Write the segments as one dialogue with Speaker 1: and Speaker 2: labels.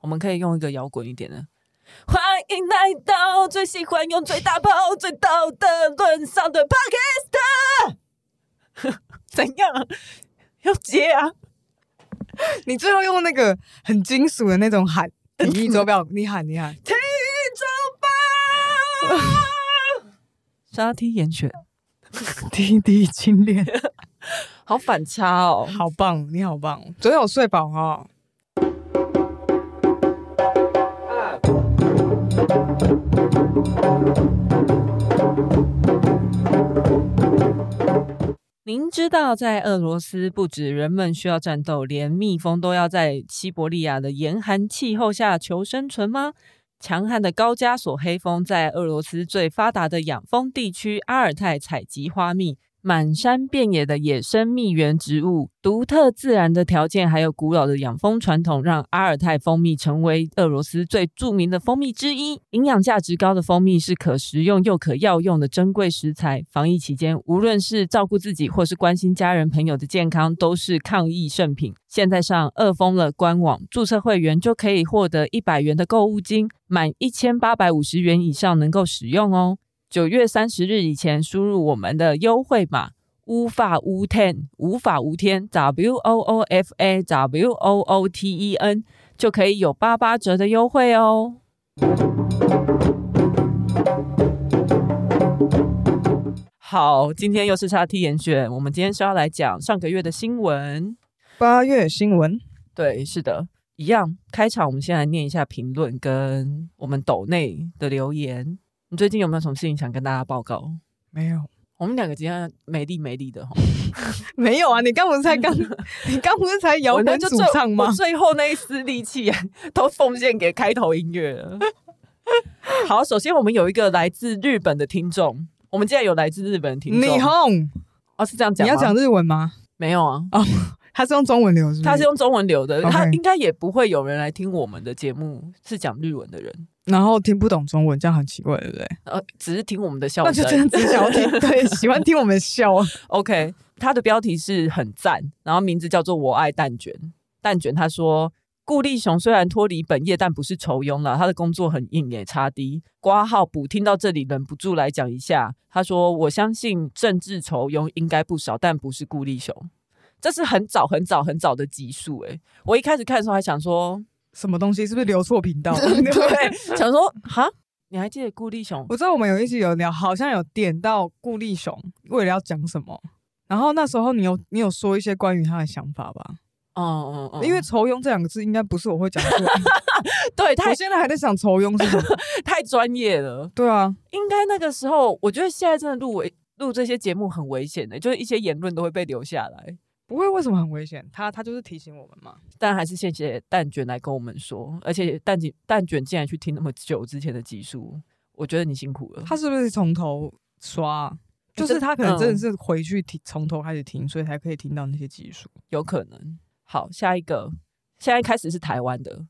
Speaker 1: 我们可以用一个摇滚一点的。欢迎来到最喜欢用最大炮、 最道德沦丧的 Podcast。怎样啊？要接啊？
Speaker 2: 你最后用那个很金属的那种喊，你一周表，你喊你喊，
Speaker 1: 听 众吧！沙梯严选，
Speaker 2: 滴滴金链，
Speaker 1: 好反差哦。
Speaker 2: 好棒，你好棒，昨天有睡饱哦。
Speaker 1: 您知道，在俄罗斯不止人们需要战斗，连蜜蜂都要在西伯利亚的严寒气候下求生存吗？强悍的高加索黑蜂在俄罗斯最发达的养蜂地区阿尔泰采集花蜜，满山遍野的野生蜜源植物、独特自然的条件，还有古老的养蜂传统，让阿尔泰蜂蜜成为俄罗斯最著名的蜂蜜之一。营养价值高的蜂蜜是可食用又可药用的珍贵食材。防疫期间，无论是照顾自己或是关心家人朋友的健康，都是抗疫圣品。现在上二蜂了官网注册会员就可以获得一百元的购物金，满一千八百五十元以上能够使用哦。九月三十日以前输入我们的优惠码“乌发乌 ten 无法无天 W O O F A W O O T E N” 就可以有八八折的优惠哦。好，今天又是叉 T 严选，我们今天是要来讲上个月的新闻。
Speaker 2: 八月新闻，
Speaker 1: 对，是的，一样。开场，我们先来念一下评论跟我们抖内的留言。你最近有没有什么事情想跟大家报告？
Speaker 2: 没有，
Speaker 1: 我们两个今天没力没力
Speaker 2: 哦
Speaker 1: 的吼，
Speaker 2: 没有啊！你刚不是才 刚，你刚不是才摇
Speaker 1: 我那
Speaker 2: 滚
Speaker 1: 就
Speaker 2: 主
Speaker 1: 最
Speaker 2: 唱吗
Speaker 1: 我？最后那一丝力气啊都奉献给开头音乐了。好，首先我们有一个来自日本的听众，我们竟然有来自日本的听众，
Speaker 2: 你哄，
Speaker 1: 哦是这样讲
Speaker 2: 你
Speaker 1: 吗，
Speaker 2: 要讲日文吗？
Speaker 1: 没有啊？
Speaker 2: 他是用中文留是不是？
Speaker 1: 他是，用中文留的，他
Speaker 2: OK
Speaker 1: 应该也不会有人来听我们的节目是讲日文的人，
Speaker 2: 然后听不懂中文，这样很奇怪，对不对？
Speaker 1: 呃，只是听我们的笑
Speaker 2: 那就真
Speaker 1: 声
Speaker 2: 的。只想要听，对，喜欢听我们笑啊。
Speaker 1: OK，他的标题是很赞，然后名字叫做“我爱蛋卷”。蛋卷他说，顾立雄虽然脱离本业，但不是愁庸了，他的工作很硬也差低。挂号补听到这里，忍不住来讲一下。他说，我相信政治愁庸应该不少，但不是顾立雄。这是很早很早很早的集数诶、我一开始看的时候还想说，
Speaker 2: 什么东西？是不是留错频 道？
Speaker 1: 对，想说哈，你还记得顾立雄？
Speaker 2: 我知道我们有一集有聊，好像有点到顾立雄为了要讲什么，然后那时候你有你有说一些关于他的想法吧？
Speaker 1: 嗯嗯嗯，
Speaker 2: 因为“仇庸”这两个字应该不是我会讲 出来，
Speaker 1: 对太
Speaker 2: 我现在还在想“仇庸”是什 么？
Speaker 1: 太专业了。
Speaker 2: 对啊，
Speaker 1: 应该那个时候，我觉得现在真的录危录这些节目很危险的，就是一些言论都会被留下来。
Speaker 2: 不会为什么很危险？他他就是提醒我们嘛。
Speaker 1: 但还是谢谢蛋卷来跟我们说，而且蛋卷蛋卷竟然去听那么久之前的集数，我觉得你辛苦了。
Speaker 2: 他是不是从头刷啊？就是嗯他可能真的是回去听，从头开始听，所以才可以听到那些技术。
Speaker 1: 有可能。好，下一个，现在开始是台湾的，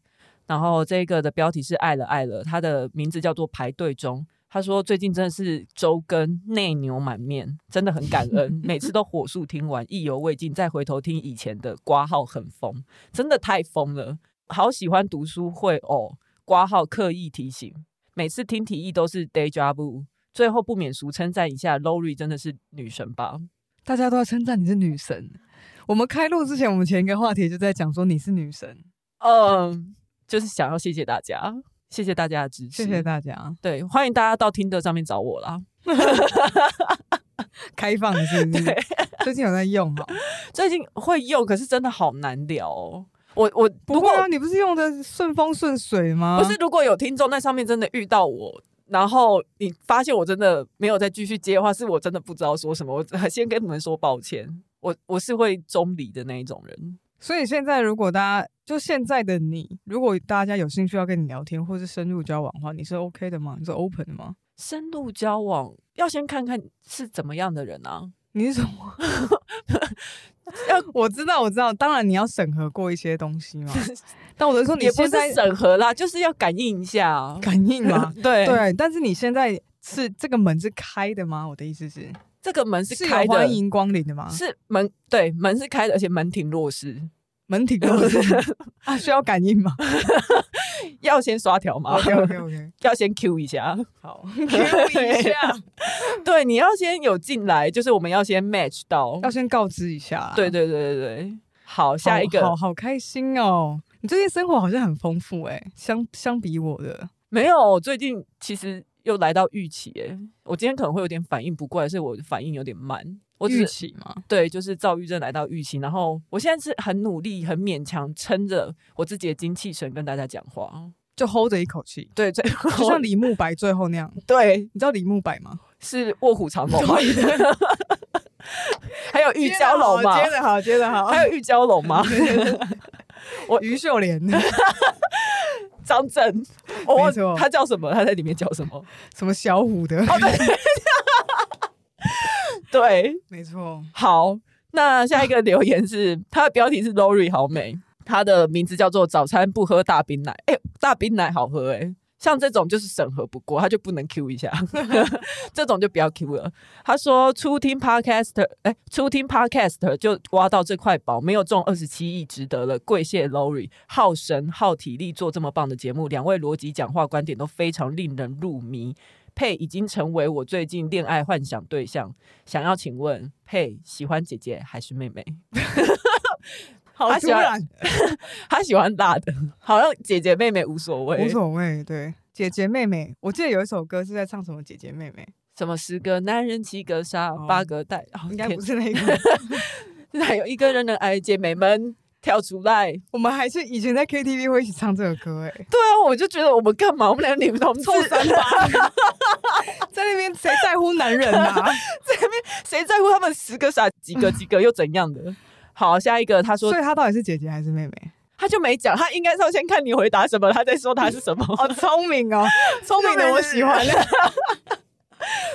Speaker 1: 然后这个的标题是“爱了爱了”，它的名字叫做《排队中》。他说最近真的是周更内牛满面，真的很感恩，每次都火速听完，意犹未尽，再回头听以前的挂号很疯，真的太疯了，好喜欢读书会哦。挂号刻意提醒，每次听提议都是 deja vu，最后不免俗称赞一下 Lori 真的是女神吧。
Speaker 2: 大家都在称赞你是女神。我们开录之前，我们前一个话题就在讲说你是女神，
Speaker 1: 嗯，就是想要谢谢大家，谢谢大家的支持，
Speaker 2: 谢谢大家。
Speaker 1: 对，欢迎大家到听的上面找我啦。
Speaker 2: 开放是不是？最近有在用哦哈？
Speaker 1: 最近会用，可是真的好难聊哦。我我
Speaker 2: 不
Speaker 1: 如
Speaker 2: 过
Speaker 1: 果、
Speaker 2: 啊，你不是用的顺风顺水吗？
Speaker 1: 不是，如果有听众在上面真的遇到我，然后你发现我真的没有再继续接的话，是我真的不知道说什么，我先跟你们说抱歉。我我是会中离的那一种人，
Speaker 2: 所以现在，如果大家就现在的你，如果大家有兴趣要跟你聊天或是深入交往的话，你是 OK 的吗？你是 open 的吗？
Speaker 1: 深入交往要先看看是怎么样的人啊。
Speaker 2: 你是什么？ 我知道，我知道，当然你要审核过一些东西 嘛。但我是说，你
Speaker 1: 也不
Speaker 2: 现
Speaker 1: 是
Speaker 2: 在
Speaker 1: 审核啦，就是要感应一下、啊。？
Speaker 2: 感应嘛
Speaker 1: 对，
Speaker 2: 对，但是你现在是这个门是开的吗？我的意思是，
Speaker 1: 这个门是
Speaker 2: 是
Speaker 1: 开
Speaker 2: 有
Speaker 1: 的，
Speaker 2: 啊欢迎光临的吗？
Speaker 1: 是门对门是开的，而且门庭若市。
Speaker 2: 门庭若市啊，需要感应吗
Speaker 1: 要先刷条码，
Speaker 2: ？OK OK OK，
Speaker 1: 要先 Q 一下。
Speaker 2: 好，Q 一下，
Speaker 1: 对，你要先有进来，就是我们要先 match 到。
Speaker 2: 要先告知一下啦。
Speaker 1: 对对对对对，好，下一
Speaker 2: 好好
Speaker 1: 个
Speaker 2: 好开心哦！你最近生活好像很丰富哎、相相比我的，
Speaker 1: 没有，我最近其实又来到预期耶。我今天可能会有点反应不过来，所以我反应有点慢。我只是
Speaker 2: 预期嘛，
Speaker 1: 对，就是躁郁症来到预期，然后我现在是很努力、很勉强撑着我自己的精气神跟大家讲话。
Speaker 2: 就 hold 着一 口气，
Speaker 1: 对， 最
Speaker 2: 就像李慕白最后那样。
Speaker 1: 对
Speaker 2: 你知道李慕白吗？
Speaker 1: 是卧虎藏龙吗， 还有玉娇龙嘛，
Speaker 2: 接着好，接着好，
Speaker 1: 还有玉娇龙嘛，我
Speaker 2: 于秀莲
Speaker 1: 张震，我忘
Speaker 2: 没错
Speaker 1: 他叫什么？他在里面叫什么？
Speaker 2: 什么小虎的，
Speaker 1: 对，
Speaker 2: 没
Speaker 1: 哦
Speaker 2: 错，
Speaker 1: 好，那下一个留言是，他的标题是 Lori 好美，他的名字叫做早餐不喝大冰奶，哎、大冰奶好喝哎、像这种就是审核不过，他就不能 Q 一下， 这种就不要 Q 了。他说初听 Podcast，哎、初听 Podcast 就挖到这块宝，没有中二十七亿，值得了。跪谢 Lori，耗神耗体力做这么棒的节目，两位逻辑讲话观点都非常令人入迷。佩已经成为我最近恋爱幻想对象，想要请问佩喜欢姐姐还是妹妹？
Speaker 2: 好
Speaker 1: 他
Speaker 2: 突
Speaker 1: 喜欢
Speaker 2: 然，啊
Speaker 1: 他喜欢大的，好像姐姐妹妹无所谓。
Speaker 2: 无所谓。对，姐姐妹妹，我记得有一首歌是在唱什么姐姐妹妹，
Speaker 1: 什么十个男人七个傻，
Speaker 2: 哦
Speaker 1: 八个带，哦、
Speaker 2: 应该
Speaker 1: 天
Speaker 2: 不是那个。
Speaker 1: 哪，还有一个人能爱姐妹们跳出来。
Speaker 2: 我们还是以前在 KTV 会一起唱这首歌， 哎，
Speaker 1: 对啊，我就觉得我们干嘛？我们两个女同志，
Speaker 2: 在那边谁在乎男人啊？
Speaker 1: 谁在乎他们十个傻几个几个又怎样的？好，下一个他说
Speaker 2: 所以她到底是姐姐还是妹妹？
Speaker 1: 他就没讲，他应该是要先看你回答什么，他再说他是什么。
Speaker 2: 好聪明 哦，聪明的我喜欢。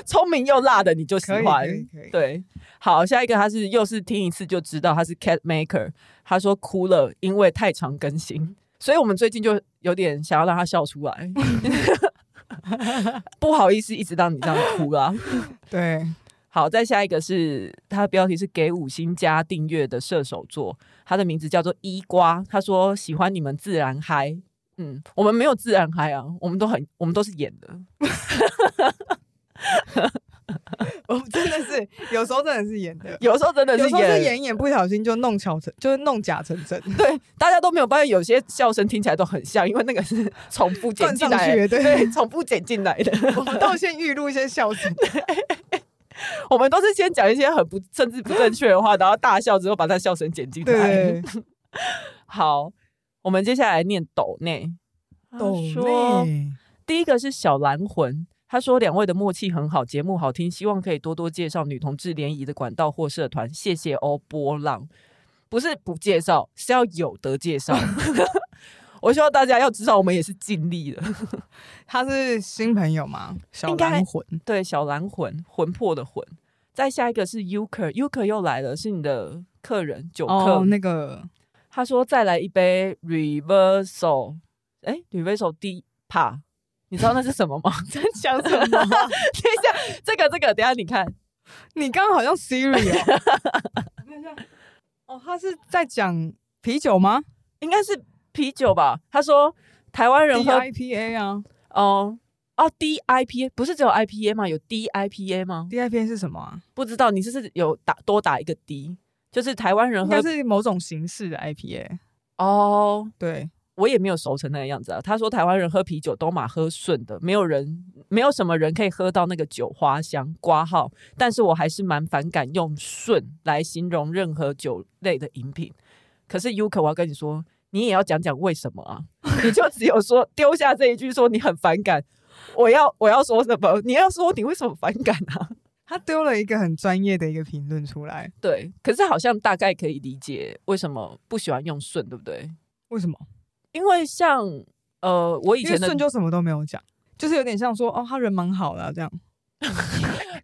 Speaker 1: 聪明又辣的你就喜
Speaker 2: 可以
Speaker 1: 欢
Speaker 2: 可以可以。
Speaker 1: 对，好，下一个他是又是听一次就知道他是 Cat Maker，他说哭了，因为太常更新，所以我们最近就有点想要让他笑出来， 不好意思一直让你这样哭啦。
Speaker 2: 对，
Speaker 1: 好，再下一个是他的标题是给五星加订阅的射手座，他的名字叫做伊瓜，他说喜欢你们自然嗨，嗯，我们没有自然嗨啊，我们都很我们都是演的，
Speaker 2: 我哦真的是有时候真的是演的，
Speaker 1: 有时候真的
Speaker 2: 有
Speaker 1: 是
Speaker 2: 时候是
Speaker 1: 演，
Speaker 2: 演一演不小心就弄巧成，就是弄假成真，
Speaker 1: 对，大家都没有发现，有些笑声听起来都很像，因为那个是重复剪
Speaker 2: 灌
Speaker 1: 进
Speaker 2: 上
Speaker 1: 来的，
Speaker 2: 去。对，
Speaker 1: 对，重复剪进来的。
Speaker 2: 我们都先预录一些笑声，
Speaker 1: 我们都是先讲一些很不政治不正确的话，然后大笑之后把他笑声剪进来
Speaker 2: 对。，
Speaker 1: 好，我们接下来念抖内，他说
Speaker 2: 懂嘞。
Speaker 1: 第一个是小蓝魂，他说两位的默契很好，节目好听，希望可以多多介绍女同志联谊的管道或社团。谢谢哦，波浪，不是不介绍，是要有的介绍。 我希望大家要知道，我们也是尽力了。
Speaker 2: 他是新朋友吗？小
Speaker 1: 应该
Speaker 2: 蓝魂，
Speaker 1: 对，小蓝魂，魂魄的魂。再下一个是 Uker，Uker 又来了，是你的客人酒客。
Speaker 2: 哦，那个
Speaker 1: 他说再来一杯 Reversal，哎、r e v e r s a l D 帕，你知道那是什么吗？ 在想什么？等一下，这个这个，等一下你看，
Speaker 2: 你刚刚好像 Siri 哦，我看一 下，哦，他是在讲啤酒吗
Speaker 1: 应该是啤酒吧？他说台湾人
Speaker 2: ？D
Speaker 1: 喝，
Speaker 2: I P A 啊
Speaker 1: 哦哦，DIPA 不是只有 IPA 吗？有 DIPA 吗？
Speaker 2: ，D I P A 是什么啊？
Speaker 1: 不知道，你是不是有打多打一个 D？就是台湾人
Speaker 2: 应
Speaker 1: 喝
Speaker 2: 该是某种形式的 I P A，
Speaker 1: 哦
Speaker 2: 对，
Speaker 1: 我也没有熟成那个样子啊。他说台湾人喝啤酒都嘛喝顺的，没有人没有什么人可以喝到那个酒花香挂号，但是我还是蛮反感用顺来形容任何酒类的饮品。可是 Yuka，我要跟你说，你也要讲讲为什么 啊？你就只有说丢下这一句说你很反感，我要我要说什么？你要说你为什么反感啊？
Speaker 2: 他丢了一个很专业的一个评论出来，
Speaker 1: 对，可是好像大概可以理解为什么不喜欢用顺，对不对？
Speaker 2: 为什么？
Speaker 1: 因为像呃，我以
Speaker 2: 因为
Speaker 1: 前的
Speaker 2: 顺就什么都没有讲，就是有点像说哦，他人蛮好的啊、这样，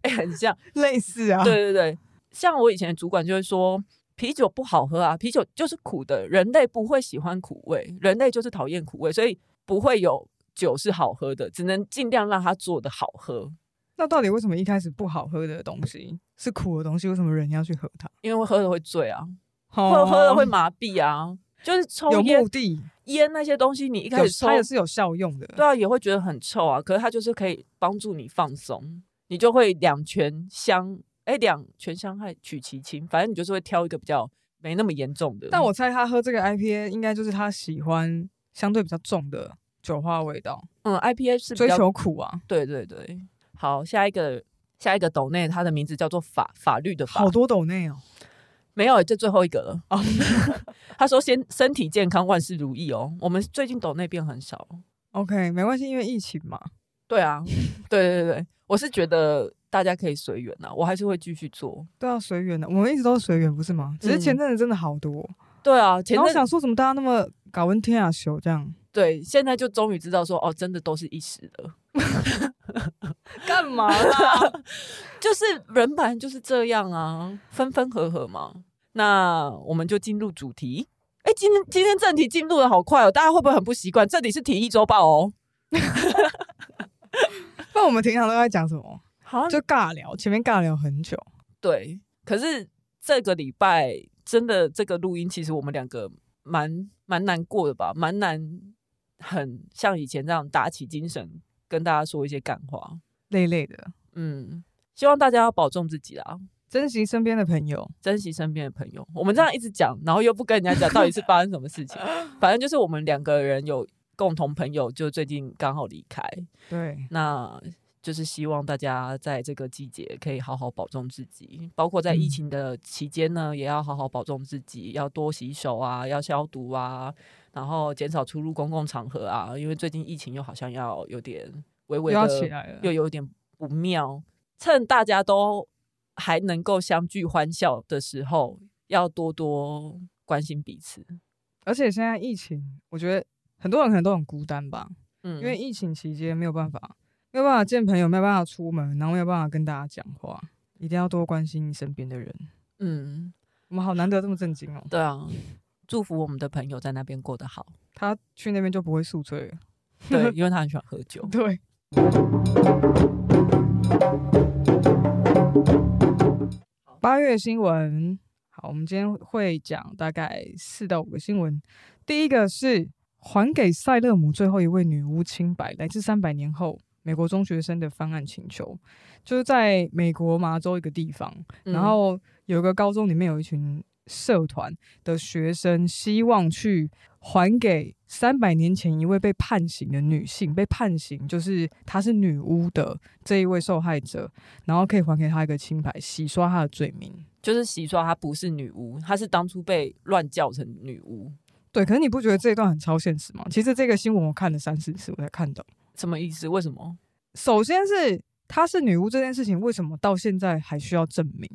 Speaker 1: 哎很像。
Speaker 2: 类似啊，
Speaker 1: 对对对，像我以前的主管就会说，啤酒不好喝啊，啤酒就是苦的，人类不会喜欢苦味，人类就是讨厌苦味，所以不会有酒是好喝的，只能尽量让它做的好喝，
Speaker 2: 那到底为什么一开始不好喝的东西是苦的东西，为什么人要去喝它？
Speaker 1: 因为喝了会醉啊。喝喝了会
Speaker 2: 哦
Speaker 1: 麻痹啊。就是抽
Speaker 2: 有
Speaker 1: 烟
Speaker 2: 目的，
Speaker 1: 烟那些东西，你一开
Speaker 2: 有
Speaker 1: 始抽
Speaker 2: 它也是有效用的。
Speaker 1: 对啊，也会觉得很臭啊。可是它就是可以帮助你放松，你就会两全相哎，两全相害取其轻。反正你就是会挑一个比较没那么严重的。
Speaker 2: 但我猜他喝这个 IPA 应该就是他喜欢相对比较重的酒花味道，
Speaker 1: 嗯，IPA 是比
Speaker 2: 追
Speaker 1: 较
Speaker 2: 求苦啊，
Speaker 1: 对对对。好，下一个下一个斗内，它的名字叫做法法律的法
Speaker 2: 好，多斗内哦。
Speaker 1: 没有这最后一个了。
Speaker 2: 哦，
Speaker 1: 他说先身体健康，万事如意哦。我们最近斗内变很少。
Speaker 2: OK，没关系，因为疫情嘛。
Speaker 1: 对 啊，对对对对，我是觉得大家可以随缘啊呐，我还是会继续做。
Speaker 2: 对啊，随缘的，我们一直都是随缘，不是吗？只是前阵子真的好多，
Speaker 1: 对啊，嗯前
Speaker 2: 然后
Speaker 1: 阵
Speaker 2: 想说怎么大家那么搞温天啊修这 样，
Speaker 1: 对，现在就终于知道说，哦，真的都是一时的，
Speaker 2: 干嘛啦？
Speaker 1: 就是人本来就是这样啊，分分合合嘛。那我们就进入主题。哎，今天今天正题进入的好快哦，大家会不会很不习惯？这里是体育周报哦，
Speaker 2: 那我们平常都在讲什么？
Speaker 1: 好
Speaker 2: 就尬聊，前面尬聊很久，
Speaker 1: 对。可是这个礼拜真的这个录音，其实我们两个蛮蛮难过的吧，蛮难，很像以前这样打起精神跟大家说一些干话。
Speaker 2: 累累的。
Speaker 1: 嗯，希望大家要保重自己啦。
Speaker 2: 珍惜身边的朋友，
Speaker 1: 珍惜身边的朋友。我们这样一直讲，然后又不跟人家讲到底是发生什么事 情。反正就是我们两个人有共同朋友，就最近刚好离开，
Speaker 2: 对，
Speaker 1: 那就是希望大家在这个季节可以好好保重自己，包括在疫
Speaker 2: 嗯
Speaker 1: 情的期间呢，也要好好保重自己，要多洗手啊，要消毒啊，然后减少出入公共场合啊，因为最近疫情又好像要有点微
Speaker 2: 又
Speaker 1: 微
Speaker 2: 要
Speaker 1: 的
Speaker 2: 起来了。
Speaker 1: 又有点不妙。趁大家都还能够相聚欢笑的时候，要多多关心彼此。
Speaker 2: 而且现在疫情，我觉得很多人可能都很孤单吧，
Speaker 1: 嗯，
Speaker 2: 因为疫情期间没有办法，没有办法见朋友，没有办法出门，然后没有办法跟大家讲话，一定要多关心身边的人。
Speaker 1: 嗯，
Speaker 2: 我们好难得这么震惊哦，
Speaker 1: 对啊，祝福我们的朋友在那边过得好。
Speaker 2: 他去那边就不会宿醉了。
Speaker 1: 对，因为他很喜欢喝酒。
Speaker 2: 对，八月新闻，好，我们今天会讲大概四到五个新闻。第一个是还给塞勒姆最后一位女巫清白，来自三百年后美国中学生的方案请求，就是在美国麻州一个地方，
Speaker 1: 嗯
Speaker 2: 然后有一个高中里面有一群社团的呃学生，希望去还给三百年前一位被判刑的女性，被判刑就是她是女巫的这一位受害者，然后可以还给她一个清白，洗刷她的罪名。
Speaker 1: 就是洗刷，她不是女巫，她是当初被乱叫成女巫，
Speaker 2: 对，可是你不觉得这一段很超现实吗？其实这个新闻我看了三四次，我才看懂。
Speaker 1: 什么意思？为什么？
Speaker 2: 首先是她是女巫这件事情，为什么到现在还需要证明，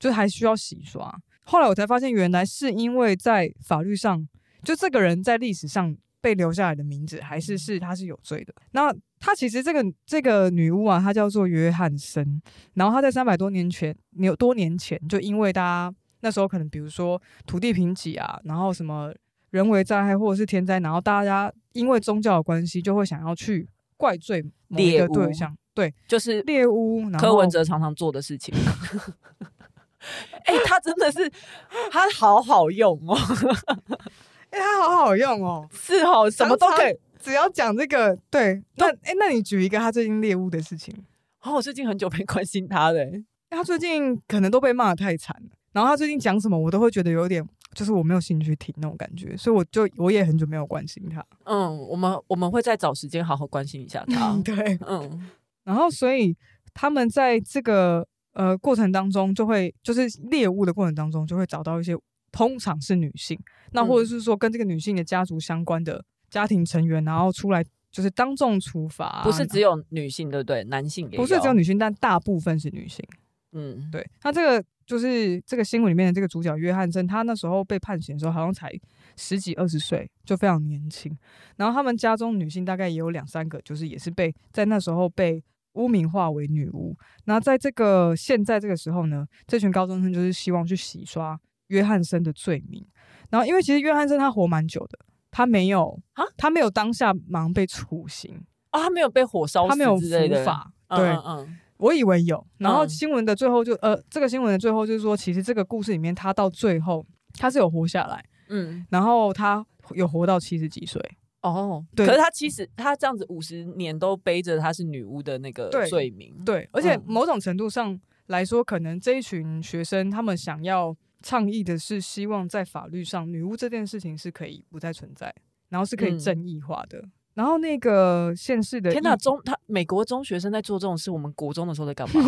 Speaker 2: 就还需要洗刷？后来我才发现，原来是因为在法律上，就这个人在历史上被留下来的名字，还
Speaker 1: 嗯
Speaker 2: 是是他是有罪的。那她其实这个这个女巫啊，她叫做约翰森，然后她在三百多年前，有多年前就因为大家那时候可能比如说土地贫瘠啊，然后什么人为灾害或者是天灾，然后大家因为宗教的关系，就会想要去怪罪某一
Speaker 1: 猎
Speaker 2: 个
Speaker 1: 巫
Speaker 2: 对象，对
Speaker 1: 就是
Speaker 2: 猎巫，然后
Speaker 1: 柯文哲常常做的事情。 哎、他真的是，他好好用哦，
Speaker 2: 哎、他好好用哦，
Speaker 1: 是哦，什么都可以。
Speaker 2: 只要讲这个，对，
Speaker 1: 都
Speaker 2: 那哎、那你举一个他最近猎巫的事情，
Speaker 1: 哦，我最近很久没 关心他了欸。
Speaker 2: 因为他最近可能都被骂的太惨了，然后他最近讲什么，我都会觉得有点，就是我没有兴趣听那种感觉，所以我就我也很久没有关心他，。
Speaker 1: 嗯，我们我们会再找时间好好关心一下他
Speaker 2: 对，
Speaker 1: 嗯，
Speaker 2: 然后所以他们在这个呃过程当中，就会就是猎物的过程当中，就会找到一些通常是女性，那
Speaker 1: 嗯
Speaker 2: 或者是说跟这个女性的家族相关的家庭成员，然后出来就是当众处罚啊、
Speaker 1: 不是只有女性，对不对？男性也
Speaker 2: 不是只有
Speaker 1: 女。
Speaker 2: 女性，但大部分是女性。
Speaker 1: 嗯，
Speaker 2: 对，那这个就是这个新闻里面的这个主角约翰森，他那时候被判刑的时候好像才十几二十岁，就非常年轻。然后他们家中女性大概也有两三个，就是也是被在那时候被污名化为女巫。那在这个现在这个时候呢，这群高中生就是希望去洗刷约翰森的罪名。然后因为其实约翰森他活蛮久的，他没有
Speaker 1: 啊
Speaker 2: 他没有当下马上被处刑，
Speaker 1: 啊、他没有被火烧
Speaker 2: 他
Speaker 1: 死
Speaker 2: 没有
Speaker 1: 之类
Speaker 2: 伏
Speaker 1: 的。
Speaker 2: 法，
Speaker 1: 嗯
Speaker 2: 对，
Speaker 1: 嗯嗯
Speaker 2: 我以为有，然后
Speaker 1: 嗯
Speaker 2: 新闻的最后就、呃，这个新闻的最后就是说，其实这个故事里面，他到最后他是有活下来，
Speaker 1: 嗯，
Speaker 2: 然后他有活到七十几岁。
Speaker 1: 哦，
Speaker 2: 对
Speaker 1: 可是她其实她这样子五十年都背着她是女巫的那个
Speaker 2: 对
Speaker 1: 罪名，
Speaker 2: 对，而且
Speaker 1: 嗯
Speaker 2: 某种程度上来说，可能这一群学生他们想要倡议的是，希望在法律上女巫这件事情是可以不再存在，然后是可以
Speaker 1: 嗯
Speaker 2: 正义化的。然后那个县市的
Speaker 1: 天哪，
Speaker 2: 议
Speaker 1: 中他美国中学生在做这种事，我们国中的时候在 干嘛？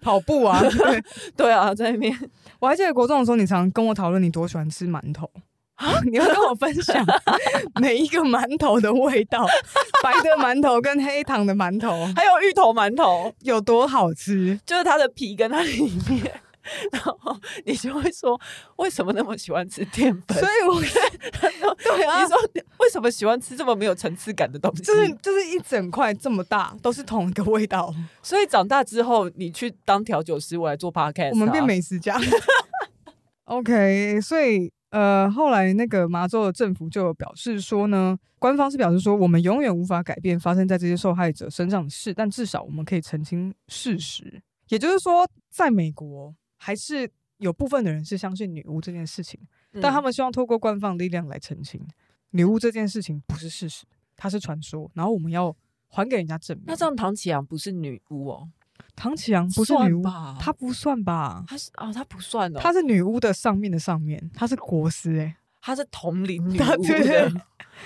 Speaker 2: 跑步啊， 对
Speaker 1: 对啊，在那边
Speaker 2: 我还记得国中的时候，你常跟我讨论你多喜欢吃馒头。 你要跟我分享每一个馒头的味道，白的馒头跟黑糖的馒头
Speaker 1: 还有芋头馒头，
Speaker 2: 有多好吃？
Speaker 1: 就是它的皮跟它里面，然后你就会说为什么那么喜欢吃淀粉
Speaker 2: 所？以我对啊
Speaker 1: 你，说为什么喜欢吃这么没有层次感的东西？
Speaker 2: 就是就是一整块这么大，都是同一个味道。
Speaker 1: 所以长大之后，你去当调酒师，我来做 podcast，、啊、
Speaker 2: 我们变美食家。OK，所以呃，后来那个麻州的政府就有表示说呢，官方是表示说，我们永远无法改变发生在这些受害者身上的事，但至少我们可以澄清事实。也就是说，在美国还是有部分的人是相信女巫这件事情，
Speaker 1: 嗯，
Speaker 2: 但他们希望透过官方力量来澄清女巫这件事情不是事实，它是传说，然后我们要还给人家证明。
Speaker 1: 那这样唐启阳不是女巫哦，
Speaker 2: 唐启阳不是女
Speaker 1: 算
Speaker 2: 巫，
Speaker 1: 吧？
Speaker 2: 她不算吧？
Speaker 1: 她是哦，她不算哦，
Speaker 2: 她是女巫的上面的上面，她是国师哎、
Speaker 1: 她是同龄女
Speaker 2: 她
Speaker 1: 巫
Speaker 2: 对
Speaker 1: 的。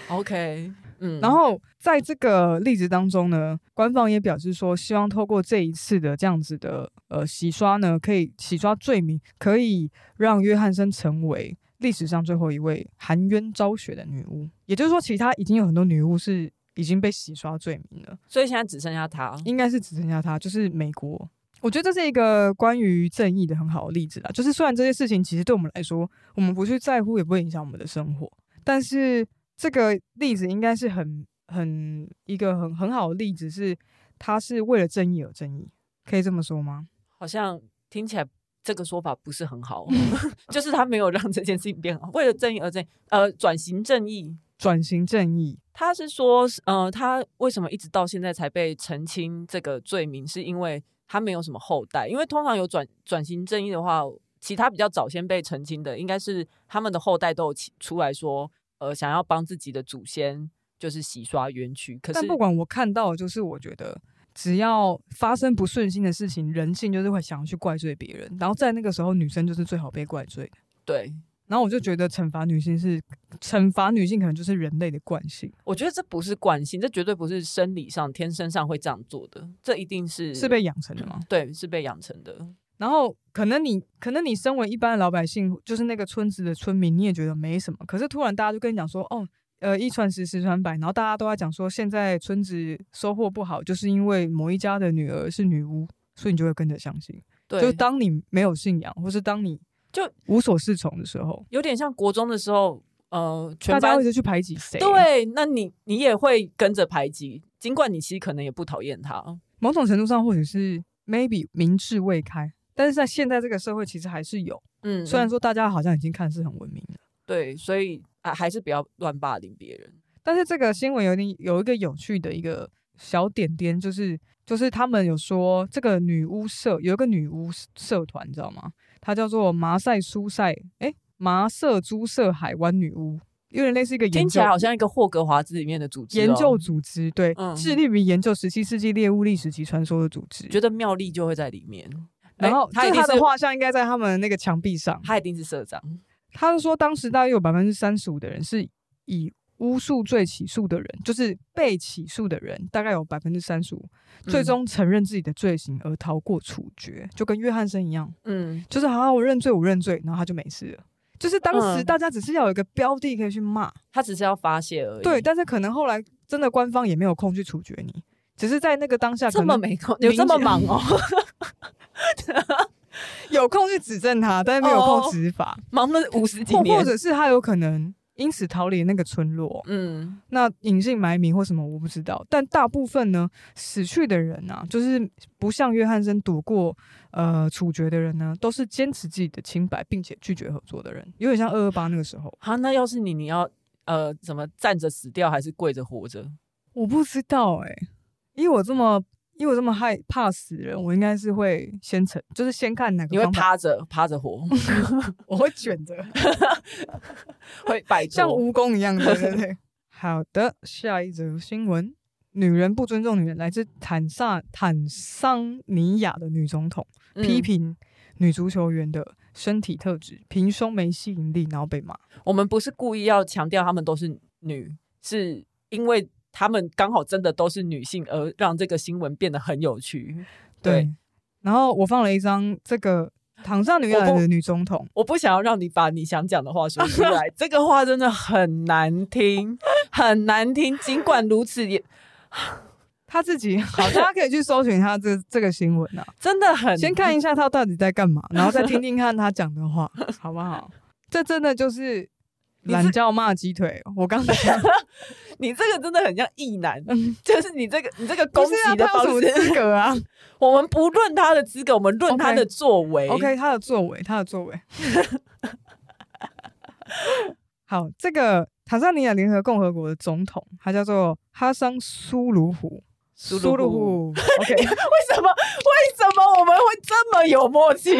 Speaker 1: OK，嗯，
Speaker 2: 然后在这个例子当中呢，官方也表示说，希望透过这一次的这样子的呃洗刷呢，可以洗刷罪名，可以让约翰森成为历史上最后一位含冤昭雪的女巫。也就是说，其他已经有很多女巫是已经被洗刷罪名了。
Speaker 1: 所以现在只剩下她。
Speaker 2: 应该是只剩下他，就是美国。我觉得这是一个关于正义的很好的例子啦。就是虽然这些事情其实对我们来说，我们不去在乎，也不会影响我们的生活，但是这个例子应该是很很一个很很好的例子是，它是为了正义而正义，可以这么说吗？
Speaker 1: 好像听起来这个说法不是很好， 就是他没有让这件事情变好，为了正义而正义，呃，转型正义。
Speaker 2: 转型正义，
Speaker 1: 他是说，呃，他为什么一直到现在才被澄清这个罪名，是因为他没有什么后代。因为通常有转转型正义的话，其他比较早先被澄清的，应该是他们的后代都有起出来说，呃，想要帮自己的祖先就是洗刷冤屈。可
Speaker 2: 但
Speaker 1: 是
Speaker 2: 不管我看到的，就是我觉得只要发生不顺心的事情，人性就是会想要去怪罪别人，然后在那个时候，女生就是最好被怪罪的。
Speaker 1: 对，
Speaker 2: 然后我就觉得惩罚女性是惩罚女性，可能就是人类的惯性，
Speaker 1: 我觉得这不是惯性，这绝对不是生理上天生上会这样做的，这一定是嗯
Speaker 2: 是被养成的嘛。
Speaker 1: 对，是被养成的。
Speaker 2: 然后可能你可能你身为一般的老百姓，就是那个村子的村民，你也觉得没什么。可是突然大家就跟你讲说，哦，呃，一传十，十传百，然后大家都在讲说，现在村子收获不好，就是因为某一家的女儿是女巫，所以你就会跟着相信。
Speaker 1: 对，
Speaker 2: 就是当你没有信仰，或是当你
Speaker 1: 就
Speaker 2: 无所适从的时候，
Speaker 1: 有点像国中的时候，呃，全
Speaker 2: 大家
Speaker 1: 班
Speaker 2: 会一直去排挤谁？，
Speaker 1: 对，那你你也会跟着排挤，尽管你其实可能也不讨厌他。
Speaker 2: 某种程度上或许是 maybe 明智未开，但是在现在这个社会，其实还是有。
Speaker 1: 嗯，
Speaker 2: 虽然说大家好像已经看似很文明了，
Speaker 1: 对，所以啊，还是不要乱霸凌别人。
Speaker 2: 但是这个新闻有点有一个有趣的一个小点点，就是就是他们有说这个女巫社有一个女巫社团，你知道吗？它叫做麻塞苏塞，诶，麻瑟诸社海湾女巫，有点类似一个研
Speaker 1: 听起
Speaker 2: 究
Speaker 1: 来好像一个霍格华兹里面的组织、哦，
Speaker 2: 研究组织，对，
Speaker 1: 嗯
Speaker 2: 致力于研究十七世纪猎物历史及传说的组织。
Speaker 1: 觉得妙丽就会在里面。
Speaker 2: 然后
Speaker 1: 哎，他
Speaker 2: 这
Speaker 1: 一
Speaker 2: 个
Speaker 1: 定
Speaker 2: 他
Speaker 1: 是
Speaker 2: 的，画像应该在他们那个墙壁上。
Speaker 1: 他一定是社长。嗯
Speaker 2: 他是说，当时大约有百分之三十五的人是以巫术罪起诉的人，就是被起诉的人，大概有百分之三十五最
Speaker 1: 嗯
Speaker 2: 终承认自己的罪行而逃过处决，就跟约翰森一样，
Speaker 1: 嗯，
Speaker 2: 就是好啊好我认罪，我认罪，然后他就没事了。就是当时
Speaker 1: 嗯
Speaker 2: 大家只是要有一个标的可以去骂，
Speaker 1: 他只是要发泄而已。
Speaker 2: 对，，但是可能后来真的官方也没有空去处决你，只是在那个当下
Speaker 1: 这
Speaker 2: 可
Speaker 1: 么
Speaker 2: 能
Speaker 1: 没空，有这么
Speaker 2: 明显
Speaker 1: 忙哦，
Speaker 2: 有空去指证他，但是没有空
Speaker 1: 哦
Speaker 2: 执法，
Speaker 1: 忙了五十几
Speaker 2: 或
Speaker 1: 年
Speaker 2: 或。者是他有可能因此逃离那个村落，
Speaker 1: 嗯，
Speaker 2: 那隐姓埋名或什么我不知道，但大部分呢，死去的人啊，就是不像约翰森躲过呃处决的人呢，都是坚持自己的清白，并且拒绝合作的人，有点像二二八那个时候。
Speaker 1: 好、那要是你，你要呃，怎么站着死掉还是跪着活着？
Speaker 2: 欸我不知道哎、以我这么因为我这么害怕死人，我应该是会先成，就是先看哪个
Speaker 3: 你会
Speaker 2: 方法，
Speaker 3: 趴着趴着 活，
Speaker 2: 我会卷 着，
Speaker 3: 会摆
Speaker 2: 像
Speaker 3: 桌。
Speaker 1: 嗯
Speaker 2: 蜈蚣一样，对 对对。好的，下一则新闻：女人不尊重女人，来自坦萨坦桑尼亚的女总统
Speaker 1: 嗯
Speaker 2: 批评女足球员的身体特质，平胸没吸引力，然后被骂。
Speaker 1: 我们不是故意要强调她们都是女，是因为她们刚好真的都是女性，而让这个新闻变得很有趣。对
Speaker 2: 对，然后我放了一张这个躺上女亚
Speaker 1: 我不
Speaker 2: 的女总统，
Speaker 1: 我不想要让你把你想讲的话说出 来，这个话真的很难听，很难听。尽管如此也，
Speaker 2: 她自己 好，大家可以去搜寻她这这个新闻啊，
Speaker 1: 真的很
Speaker 2: 先看一下她到底 在干嘛，然后再听听看她讲的话，好不好？这真的就是
Speaker 1: 你是
Speaker 2: 懒觉骂鸡腿，我刚才
Speaker 1: 你这个真的很像异男，就是你这个你这个
Speaker 2: 嗯 不
Speaker 1: 攻
Speaker 2: 是啊，
Speaker 1: 击的
Speaker 2: 她
Speaker 1: 方
Speaker 2: 有什么
Speaker 1: 式。
Speaker 2: 资格啊
Speaker 1: 我们不论他的资格，我们论他的作为。
Speaker 2: ？OK，她的作为，她的作为。 好，这个坦桑尼亚联合共和国的总统，他叫做哈桑苏鲁虎，
Speaker 1: 苏
Speaker 2: 苏
Speaker 1: 鲁
Speaker 2: 鲁
Speaker 1: 虎
Speaker 2: 虎，OK，
Speaker 1: 为 什么为什么我们会这么有默契？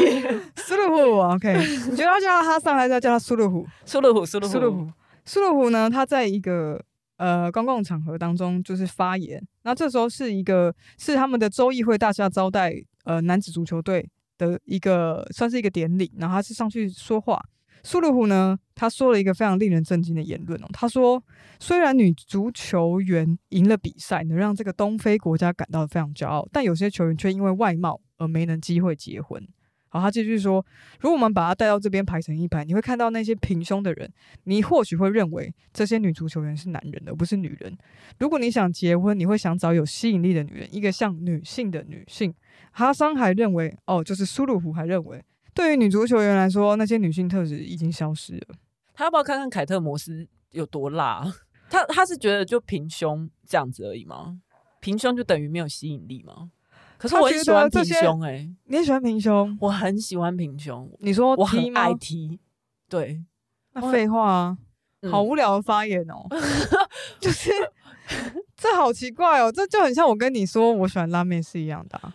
Speaker 2: 苏鲁虎，OK，你觉得要叫他上来，再叫 他苏鲁虎？
Speaker 1: 苏鲁虎，苏鲁
Speaker 2: 苏鲁虎，苏鲁虎呢？他在一个呃公共场合当中就是发言，那这时候是一个是他们的州议会大厦招待呃男子足球队的一个算是一个典礼，然后他是上去说话。苏鲁虎呢，他说了一个非常令人震惊的言论哦。他说，虽然女足球员赢了比赛，能让这个东非国家感到非常骄傲，但有些球员却因为外貌而没能机会结婚。好，他继续说，如果我们把他带到这边排成一排，你会看到那些平胸的人，你或许会认为这些女足球员是男人而不是女人。如果你想结婚，你会想找有吸引力的女人，一个像女性的女性。哈桑还认为，哦，就是苏鲁胡还认为，对于女足球员来说，那些女性特质已经消失了。
Speaker 1: 他要不要看看凯特摩斯有多辣？啊他他是觉得就平胸这样子而已吗？平胸就等于没有吸引力吗？可是
Speaker 2: 他
Speaker 1: 我很
Speaker 2: 觉
Speaker 1: 喜欢
Speaker 2: 得这
Speaker 1: 平
Speaker 2: 些
Speaker 1: 胸哎、
Speaker 2: 你也喜欢平胸？
Speaker 1: 我很喜欢平胸，
Speaker 2: 你说
Speaker 1: 我
Speaker 2: T
Speaker 1: 很
Speaker 2: 吗
Speaker 1: 爱？踢。对，
Speaker 2: 那废话啊，
Speaker 1: 嗯
Speaker 2: 好无聊的发言 哦，就是这好奇怪哦，这就很像我跟你说我喜欢辣妹是一样的啊、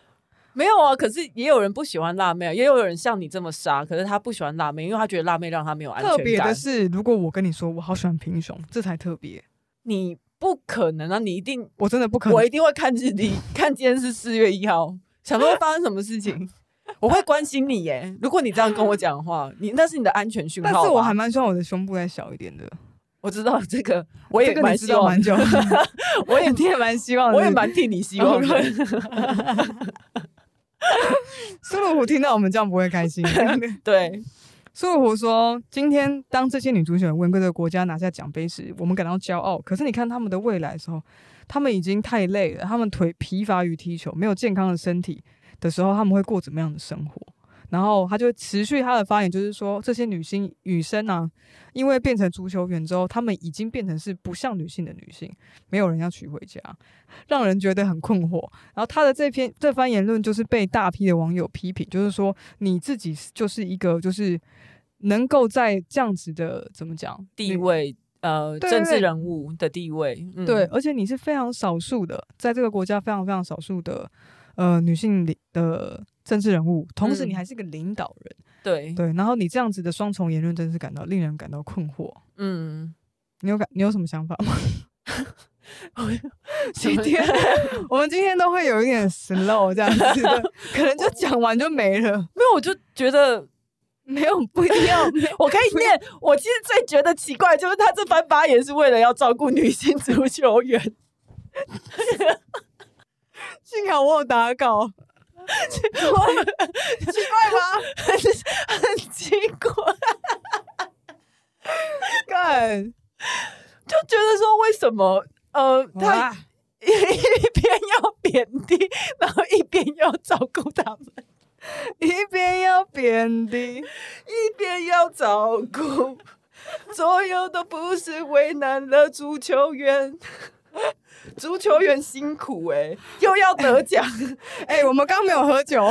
Speaker 1: 没有啊。可是也有人不喜欢辣妹啊，也有人像你这么傻，可是他不喜欢辣妹，因为他觉得辣妹让他没有安
Speaker 2: 特
Speaker 1: 全
Speaker 2: 别
Speaker 1: 感
Speaker 2: 的。是，如果我跟你说我好喜欢平胸，这才特别。
Speaker 1: 你不可能啊，你一定，
Speaker 2: 我真的不可
Speaker 1: 我
Speaker 2: 能
Speaker 1: 一，定会看日 历，看今天是四月一号，想说会发生什么事 情。我会关心你耶，如果你这样跟我讲的话，你那是你的安全讯号
Speaker 2: 但
Speaker 1: 吧。
Speaker 2: 是我还蛮希望我的胸部再小一点的。
Speaker 1: 我知道这个，我也
Speaker 2: 这个
Speaker 1: 蛮
Speaker 2: 你知
Speaker 1: 希
Speaker 2: 道
Speaker 1: 望
Speaker 2: 蛮，久， 嗯
Speaker 1: 我也
Speaker 2: 你也蛮希望的，
Speaker 1: 我也蛮替你希望
Speaker 2: 哦
Speaker 1: 的。
Speaker 2: 苏鲁虎听到我们这样不会 开心。
Speaker 1: 对，
Speaker 2: 苏鲁虎说：“今天当这些女足球员为各个国家拿下奖杯时，我们感到骄傲。可是你看他们的未来的时候，他们已经太累了，他们腿疲乏于踢球，没有健康的身体的时候，他们会过怎么样的生活？”然后他就持续他的发言，就是说这些女性女生啊，因为变成足球员之后，她们已经变成是不像女性的女性，没有人要娶回家，让人觉得很困惑。然后他的这篇这番言论就是被大批的网友批评，就是说你自己就是一个就是能够在这样子的怎么讲
Speaker 1: 地
Speaker 2: 女
Speaker 1: 位，呃，
Speaker 2: 对对
Speaker 1: 政治
Speaker 2: 对
Speaker 1: 人物的地位，嗯、
Speaker 2: 对，，而且你是非常少数的，在这个国家非常非常少数的呃女性领的政治人物，同时
Speaker 1: 嗯
Speaker 2: 你还是个领导人，
Speaker 1: 对，
Speaker 2: 对，然后你这样子的双重言论真是感到令人感到困惑。
Speaker 1: 嗯，
Speaker 2: 你有感你有什么想法 吗？今
Speaker 1: 什 么
Speaker 2: 天 我们今天都会有一点 slow 这样子 的，可能就讲完就没了，
Speaker 1: 没有，我就觉得
Speaker 2: 没有不一定要
Speaker 1: 我可以念。我其实最觉得奇怪，就是他这番发言是为了要照顾女性足球员，
Speaker 2: 幸好我有打 稿，奇怪吗？
Speaker 1: 很很奇怪，
Speaker 2: 干，
Speaker 1: 就觉得说为什么，呃，他
Speaker 2: 哇
Speaker 1: 一边要贬低，然后一边要照顾他们。
Speaker 2: 一边要贬低，
Speaker 1: 一边要照顾，所有的不是为难了足球员。足球员辛苦哎、又要得奖，
Speaker 2: 哎、我们刚没有喝酒，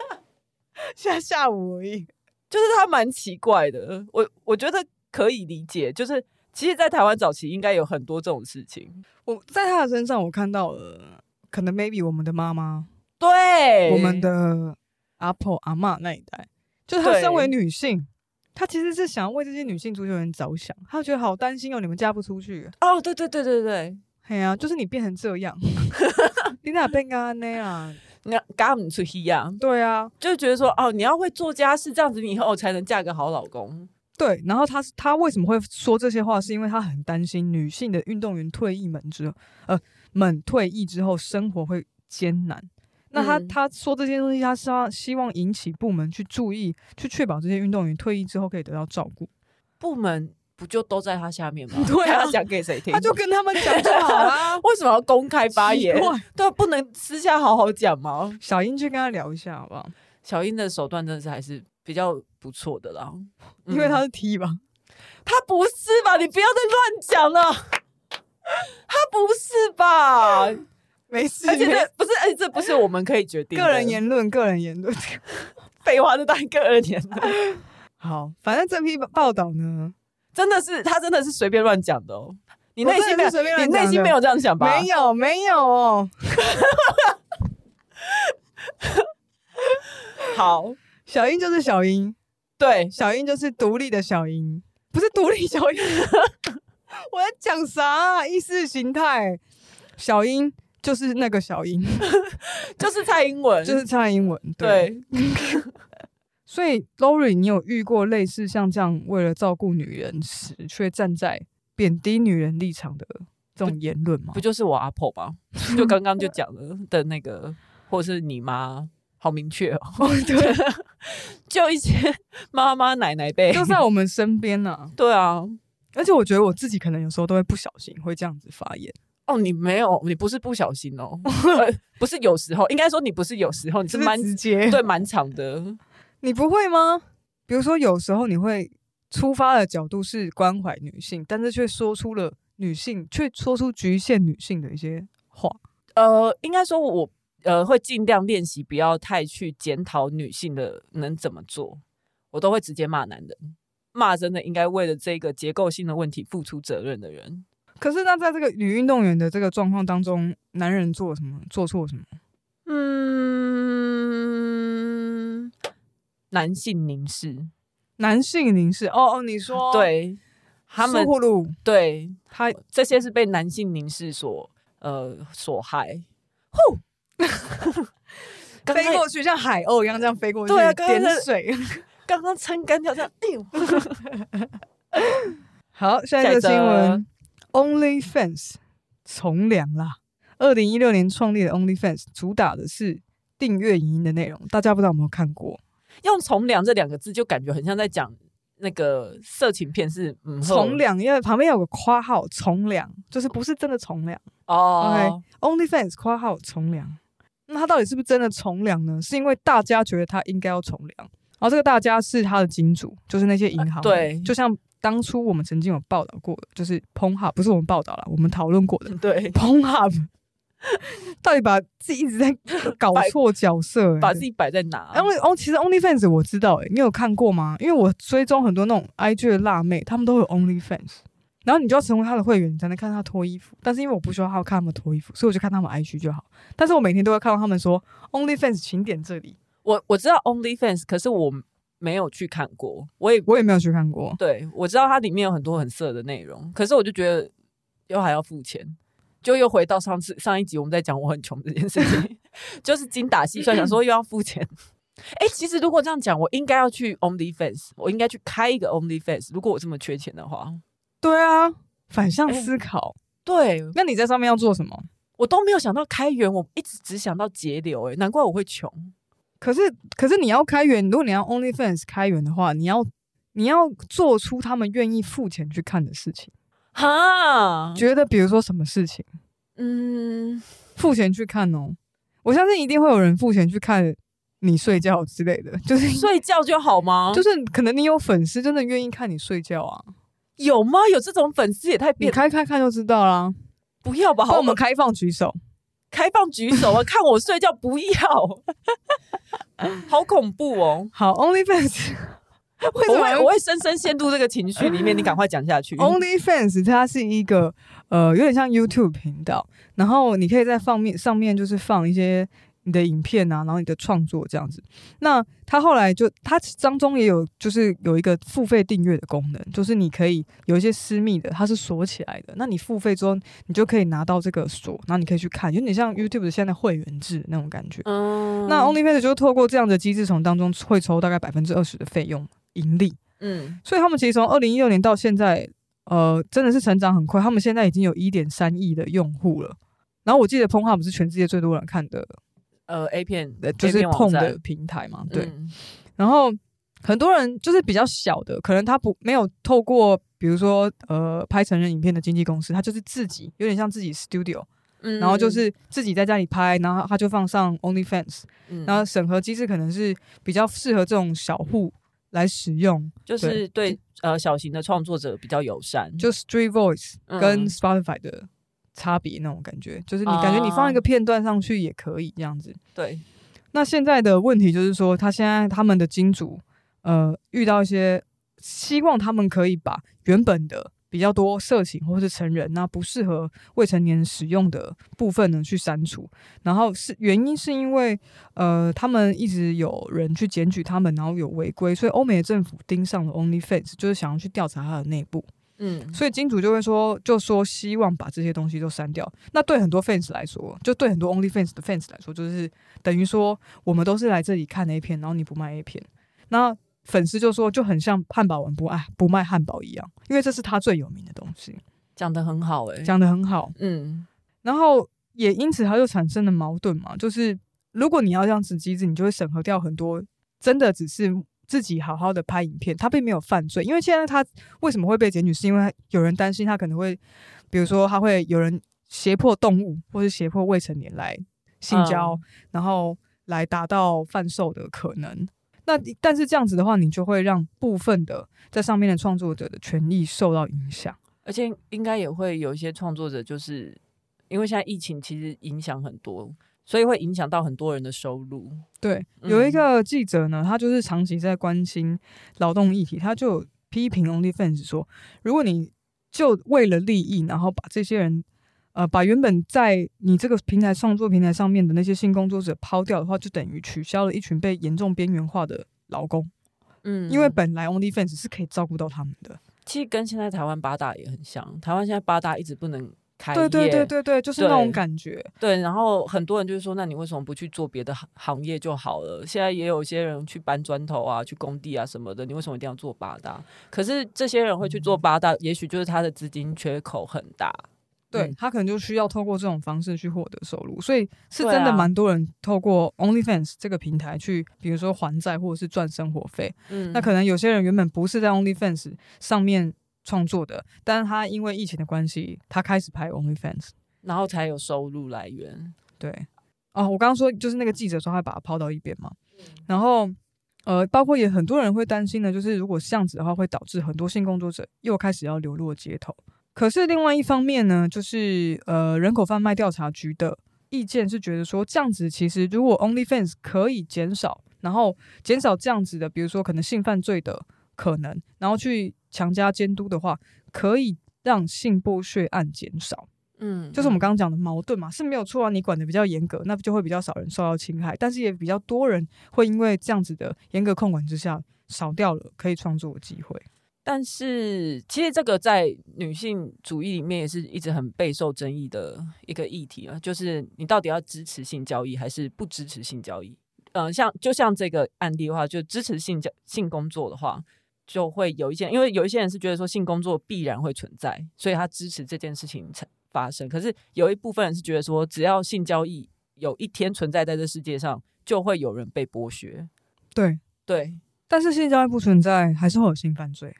Speaker 2: 现在下午而已。
Speaker 1: 就是他蛮奇怪的。我我觉得可以理解，就是其实，在台湾早期应该有很多这种事情。
Speaker 2: 我在他的身上，我看到了可能 maybe 我们的妈妈、
Speaker 1: 对，
Speaker 2: 我们的阿婆、阿嬷那一代，就是她
Speaker 1: 对
Speaker 2: 身为女性，她其实是想要为这些女性足球员着想，她觉得好担心哦，你们嫁不出去。
Speaker 1: 哦，对对对对对，
Speaker 2: 嘿呀、啊，就是你变成这样， 你哪变干那样？
Speaker 1: 那嘎姆出去呀，
Speaker 2: 对啊，
Speaker 1: 就觉得说哦，你要会做家事，这样子你以后才能嫁个好老公。
Speaker 2: 对。然后她是她为什么会说这些话，是因为她很担心女性的运动员退役们之后，呃，们退役之后生活会艰难。那她
Speaker 1: 嗯
Speaker 2: 她说这些东西，她是要希望引起部门去注意，去确保这些运动员退役之后可以得到照顾。
Speaker 1: 部门不就都在他下面 吗？
Speaker 2: 对啊
Speaker 1: 他要讲给谁听？。
Speaker 2: 他就跟他们讲就好啦
Speaker 1: 为什么要公开发言
Speaker 2: 奇？怪
Speaker 1: 对啊，不能私下好好讲吗？
Speaker 2: 小英去跟他聊一下好不好？
Speaker 1: 小英的手段真的是还是比较不错的啦，
Speaker 2: 因为
Speaker 1: 嗯
Speaker 2: 他是 T 吧，
Speaker 1: 他不是吧？你不要再乱讲了，他不是 吧？
Speaker 2: 没事。
Speaker 1: 而且
Speaker 2: 没
Speaker 1: 这
Speaker 2: 事
Speaker 1: 不是，而哎且这不是我们可以决定的
Speaker 2: 个人言论，个人言论。
Speaker 1: 废话，这当然个人言论，
Speaker 2: 好，反正这批报道呢，
Speaker 1: 真的是他真的是随便乱讲的哦。你
Speaker 2: 我
Speaker 1: 内心
Speaker 2: 真
Speaker 1: 没
Speaker 2: 的
Speaker 1: 有
Speaker 2: 是随便，
Speaker 1: 你
Speaker 2: 乱
Speaker 1: 内
Speaker 2: 讲
Speaker 1: 心
Speaker 2: 的
Speaker 1: 没有这样想吧？
Speaker 2: 没有没有哦。
Speaker 1: 好，
Speaker 2: 小英就是小英，
Speaker 1: 对，
Speaker 2: 小英就是独立的小英，不是独立小英。 我在讲啥啊、意识形态，小英就是那个小英，
Speaker 1: 就是蔡英文，
Speaker 2: 就是蔡英文。
Speaker 1: 对，
Speaker 2: 所以 Lori，你有遇过类似像这样为了照顾女人时却站在贬低女人立场的这种言论吗
Speaker 1: 不？就是我阿婆吗？ 就刚刚就讲了的那个，或者是你妈，好明确 哦。对， 就一些妈妈奶奶辈，
Speaker 2: 就在我们身边呐、啊，
Speaker 1: 对啊。
Speaker 2: 而且我觉得我自己可能有时候都会不小心会这样子发言，
Speaker 1: 哦，你没有，你不是不小心哦，呃不是有时候，应该说你不是有时候，你 是
Speaker 2: 就是
Speaker 1: 蛮
Speaker 2: 直接。
Speaker 1: 对蛮长的，
Speaker 2: 你不会吗？比如说有时候你会出发的角度是关怀女性，但是却说出了女性，却说出局限女性的一些话。
Speaker 1: 呃，应该说我呃会尽量练习，不要太去检讨女性的能怎么做，我都会直接骂男人，骂真的应该为了这个结构性的问题负出责任的人。
Speaker 2: 可是那在这个女运动员的这个状况当中，男人做了什么？做错了什么？
Speaker 1: 嗯，男性凝视，
Speaker 2: 男性凝视哦哦，你说
Speaker 1: 对他们
Speaker 2: 苏，呼噜
Speaker 1: 对
Speaker 2: 他
Speaker 1: 这些是被男性凝视所呃所害。 呼，刚
Speaker 2: 飞
Speaker 1: 刚
Speaker 2: 过去像海鸥一样这样飞过去，
Speaker 1: 对啊刚才
Speaker 2: 点
Speaker 1: 在
Speaker 2: 水。
Speaker 1: 刚刚撑杆跳这样，哎呦，
Speaker 2: 好，下一
Speaker 1: 下
Speaker 2: 个
Speaker 1: 一则
Speaker 2: 新闻，OnlyFans 从良啦。二零一六年创立的 OnlyFans 主打的是订阅影音的内容，大家不知道有没有看过？
Speaker 1: 用“从良”这两个字，就感觉很像在讲那个色情片是嗯
Speaker 2: 从良，因为旁边有个括号，从良就是不是真的从良。
Speaker 1: 哦
Speaker 2: OnlyFans 括号从良，那他到底是不是真的从良呢？是因为大家觉得他应该要从良，然后这个大家是他的金主，就是那些银行、
Speaker 1: 呃对
Speaker 2: 就像当初我们曾经有报道过的，就是 p o n h u b 不是我们报道了，我们讨论过的
Speaker 1: 对，
Speaker 2: p o n h u b 到底把自己一 直在搞错角色、欸，
Speaker 1: 把自己啊摆在哪？
Speaker 2: 因为哦，其实 OnlyFans 我知道、欸，你有看过吗？因为我追踪很多那种 IG 的辣妹，她们都有 OnlyFans，然后你就要成为她的会员，你才能看她脱衣服。但是因为我不需要她看她们脱衣服，所以我就看她们 IG 就好。但是我每天都会看到她们说 OnlyFans，请点这里，
Speaker 1: 我我知道 OnlyFans，可是我没有去看过，我也
Speaker 2: 我也没有去看过。
Speaker 1: 对我知道它里面有很多很色的内容，可是我就觉得又还要付钱。就又回到上次上一集我们在讲我很穷这件事 情，就是精打细算，想说又要付钱。哎、其实如果这样讲，我应该要去 OnlyFans，我应该去开一个 OnlyFans。如果我这么缺钱的话，
Speaker 2: 对啊，反
Speaker 1: 哎
Speaker 2: 向思考。
Speaker 1: 对
Speaker 2: 那你在上面要做什么？
Speaker 1: 我都没有想到开源，我一直只想到节流、欸，难怪我会穷。
Speaker 2: 可是可是你要开源，如果你要 OnlyFans 开源的话，你要你要做出他们愿意付钱去看的事情。
Speaker 1: 哈，
Speaker 2: 觉得比如说什么事情？
Speaker 1: 嗯，
Speaker 2: 付钱去看哦。我相信一定会有人付钱去看你睡觉之类的， 就是
Speaker 1: 睡觉就好吗？
Speaker 2: 就是是可能你有粉丝真的愿意看你睡觉啊，
Speaker 1: 有吗？有这种粉丝也太
Speaker 2: 你
Speaker 1: 变，
Speaker 2: 开开看就知道啦。
Speaker 1: 不要吧？
Speaker 2: 帮
Speaker 1: 好，
Speaker 2: 我
Speaker 1: 我
Speaker 2: 们
Speaker 1: 们
Speaker 2: 开放举手，
Speaker 1: 开放举手啊，看我睡觉，不要， 好恐怖哦！
Speaker 2: 好，OnlyFans 为
Speaker 1: 我
Speaker 2: 什么
Speaker 1: 会
Speaker 2: 要
Speaker 1: 我会深深陷入这个情绪里面，你赶快讲下去。
Speaker 2: ？OnlyFans 它是一个呃，有点像 YouTube 频道，然后你可以在放面上面就是放一些你的影片啊，然后你的创作这样子。那他后来就他当中也有就是有一个付费订阅的功能，就是你可以有一些私密的，它是锁起来的。那你付费之后，你就可以拿到这个锁，然后你可以去看，有点像 YouTube 的现在会员制那种感觉。
Speaker 1: 嗯
Speaker 2: 那 OnlyFans 就透过这样的机制，从当中会抽大概百分之二十的费用盈利。
Speaker 1: 嗯，
Speaker 2: 所以他们其实从二零一六年到现在，呃，真的是成长很快。他们现在已经有一点三亿的用户了。然后我记得 p o n h u b 是全世界最多人看的，
Speaker 1: 呃，A 片
Speaker 2: 呃就
Speaker 1: A
Speaker 2: 是
Speaker 1: 片网
Speaker 2: 碰
Speaker 1: 站
Speaker 2: 的平台嘛。对，
Speaker 1: 嗯
Speaker 2: 然后很多人就是比较小的，可能他不没有透过，比如说呃拍成人影片的经纪公司，他就是自己有点像自己 studio，
Speaker 1: 嗯
Speaker 2: 然后就是自己在家里拍，然后他就放上 OnlyFans，
Speaker 1: 嗯
Speaker 2: 然后审核机制可能是比较适合这种小户来使用，
Speaker 1: 就是对呃小型的创作者比较友善，
Speaker 2: 就 Street Voice
Speaker 1: 嗯
Speaker 2: 跟 Spotify 的差别那种感觉，就是你感觉你放一个片段上去也可以这样子。
Speaker 1: 对，
Speaker 2: 那现在的问题就是说，他现在他们的金主呃遇到一些希望他们可以把原本的比较多色情或是成人那不适合未成年使用的部分呢去删除，然后是原因是因为呃他们一直有人去检举他们，然后有违规，所以欧美的政府盯上了 OnlyFans，就是想要去调查它的内部。
Speaker 1: 嗯
Speaker 2: 所以金主就会说，就说希望把这些东西都删掉。那对很多 fans 来说，就对很多 only fans 的 fans 来说，就是等于说我们都是来这里看 A 片，然后你不卖 A 片，那粉丝就说就很像汉堡王不爱不卖汉堡一样，因为这是他最有名的东西，
Speaker 1: 讲的很好哎，
Speaker 2: 讲的很好。
Speaker 1: 嗯
Speaker 2: 然后也因此它就产生了矛盾嘛，就是如果你要这样子机制，你就会审核掉很多真的只是自己好好的拍影片，他并没有犯罪，因为现在他为什么会被检举，是因为有人担心他可能会，比如说他会有人胁迫动物或是胁迫未成年来性交，然后来达到贩售的可能。那但是这样子的话，你就会让部分的在上面的创作者的权益受到影响。
Speaker 1: 而且应该也会有一些创作者，就是因为现在疫情其实影响很多，所以会影响到很多人的收入。
Speaker 2: 对，
Speaker 1: 嗯
Speaker 2: 有一个记者呢，他就是长期在关心劳动议题，他就有批评 OnlyFans 说，如果你就为了利益，然后把这些人，呃，把原本在你这个平台创作平台上面的那些性工作者抛掉的话，就等于取消了一群被严重边缘化的劳工，
Speaker 1: 嗯
Speaker 2: 因为本来 OnlyFans 是可以照顾到他们的。
Speaker 1: 其实跟现在台湾八大也很像，台湾现在八大一直不能开业，
Speaker 2: 对对对对对，就是那种
Speaker 1: 对
Speaker 2: 感觉。
Speaker 1: 对然后很多人就是说，那你为什么不去做别的行行业就好了？现在也有一些人去搬砖头啊，去工地啊什么的，你为什么一定要做八大？可是这些人会去
Speaker 2: 嗯
Speaker 1: 做八大，也许就是他的资金缺口很大。
Speaker 2: 对、
Speaker 1: 嗯
Speaker 2: 他可能就需要透过这种方式去获得收入，所以是
Speaker 1: 对
Speaker 2: 真的
Speaker 1: 啊
Speaker 2: 蛮多人透过 OnlyFans 这个平台去，比如说还债或者是赚生活费。
Speaker 1: 嗯
Speaker 2: 那可能有些人原本不是在 OnlyFans 上面创作的，但是他因为疫情的关系，他开始拍 OnlyFans。
Speaker 1: 然后才有收入来源。
Speaker 2: 对，哦，我刚刚说就是那个记者说他把它抛到一边嘛，然后呃，包括也很多人会担心的，就是如果这样子的话，会导致很多性工作者又开始要流落街头。可是另外一方面呢，就是呃，人口贩卖调查局的意见是觉得说，这样子其实如果 OnlyFans 可以减少，然后减少这样子的，比如说可能性犯罪的可能，然后去强加监督的话，可以让性剥削案减少。
Speaker 1: 嗯
Speaker 2: 就是我们刚刚讲的矛盾嘛，是没有错啊。你管的比较严格，那就会比较少人受到侵害，但是也比较多人会因为这样子的严格控管之下，少掉了可以创作的机会。
Speaker 1: 但是其实这个在女性主义里面也是一直很备受争议的一个议题啊，就是你到底要支持性交易还是不支持性交易？嗯、像就像这个案例的话，就支持性交性工作的话，就会有一些，因为有一些人是觉得说性工作必然会存在，所以他支持这件事情才发生。可是有一部分人是觉得说，只要性交易有一天存在在这世界上，就会有人被剥削。
Speaker 2: 对，
Speaker 1: 对
Speaker 2: 但是性交易不存在，还是会有性犯罪。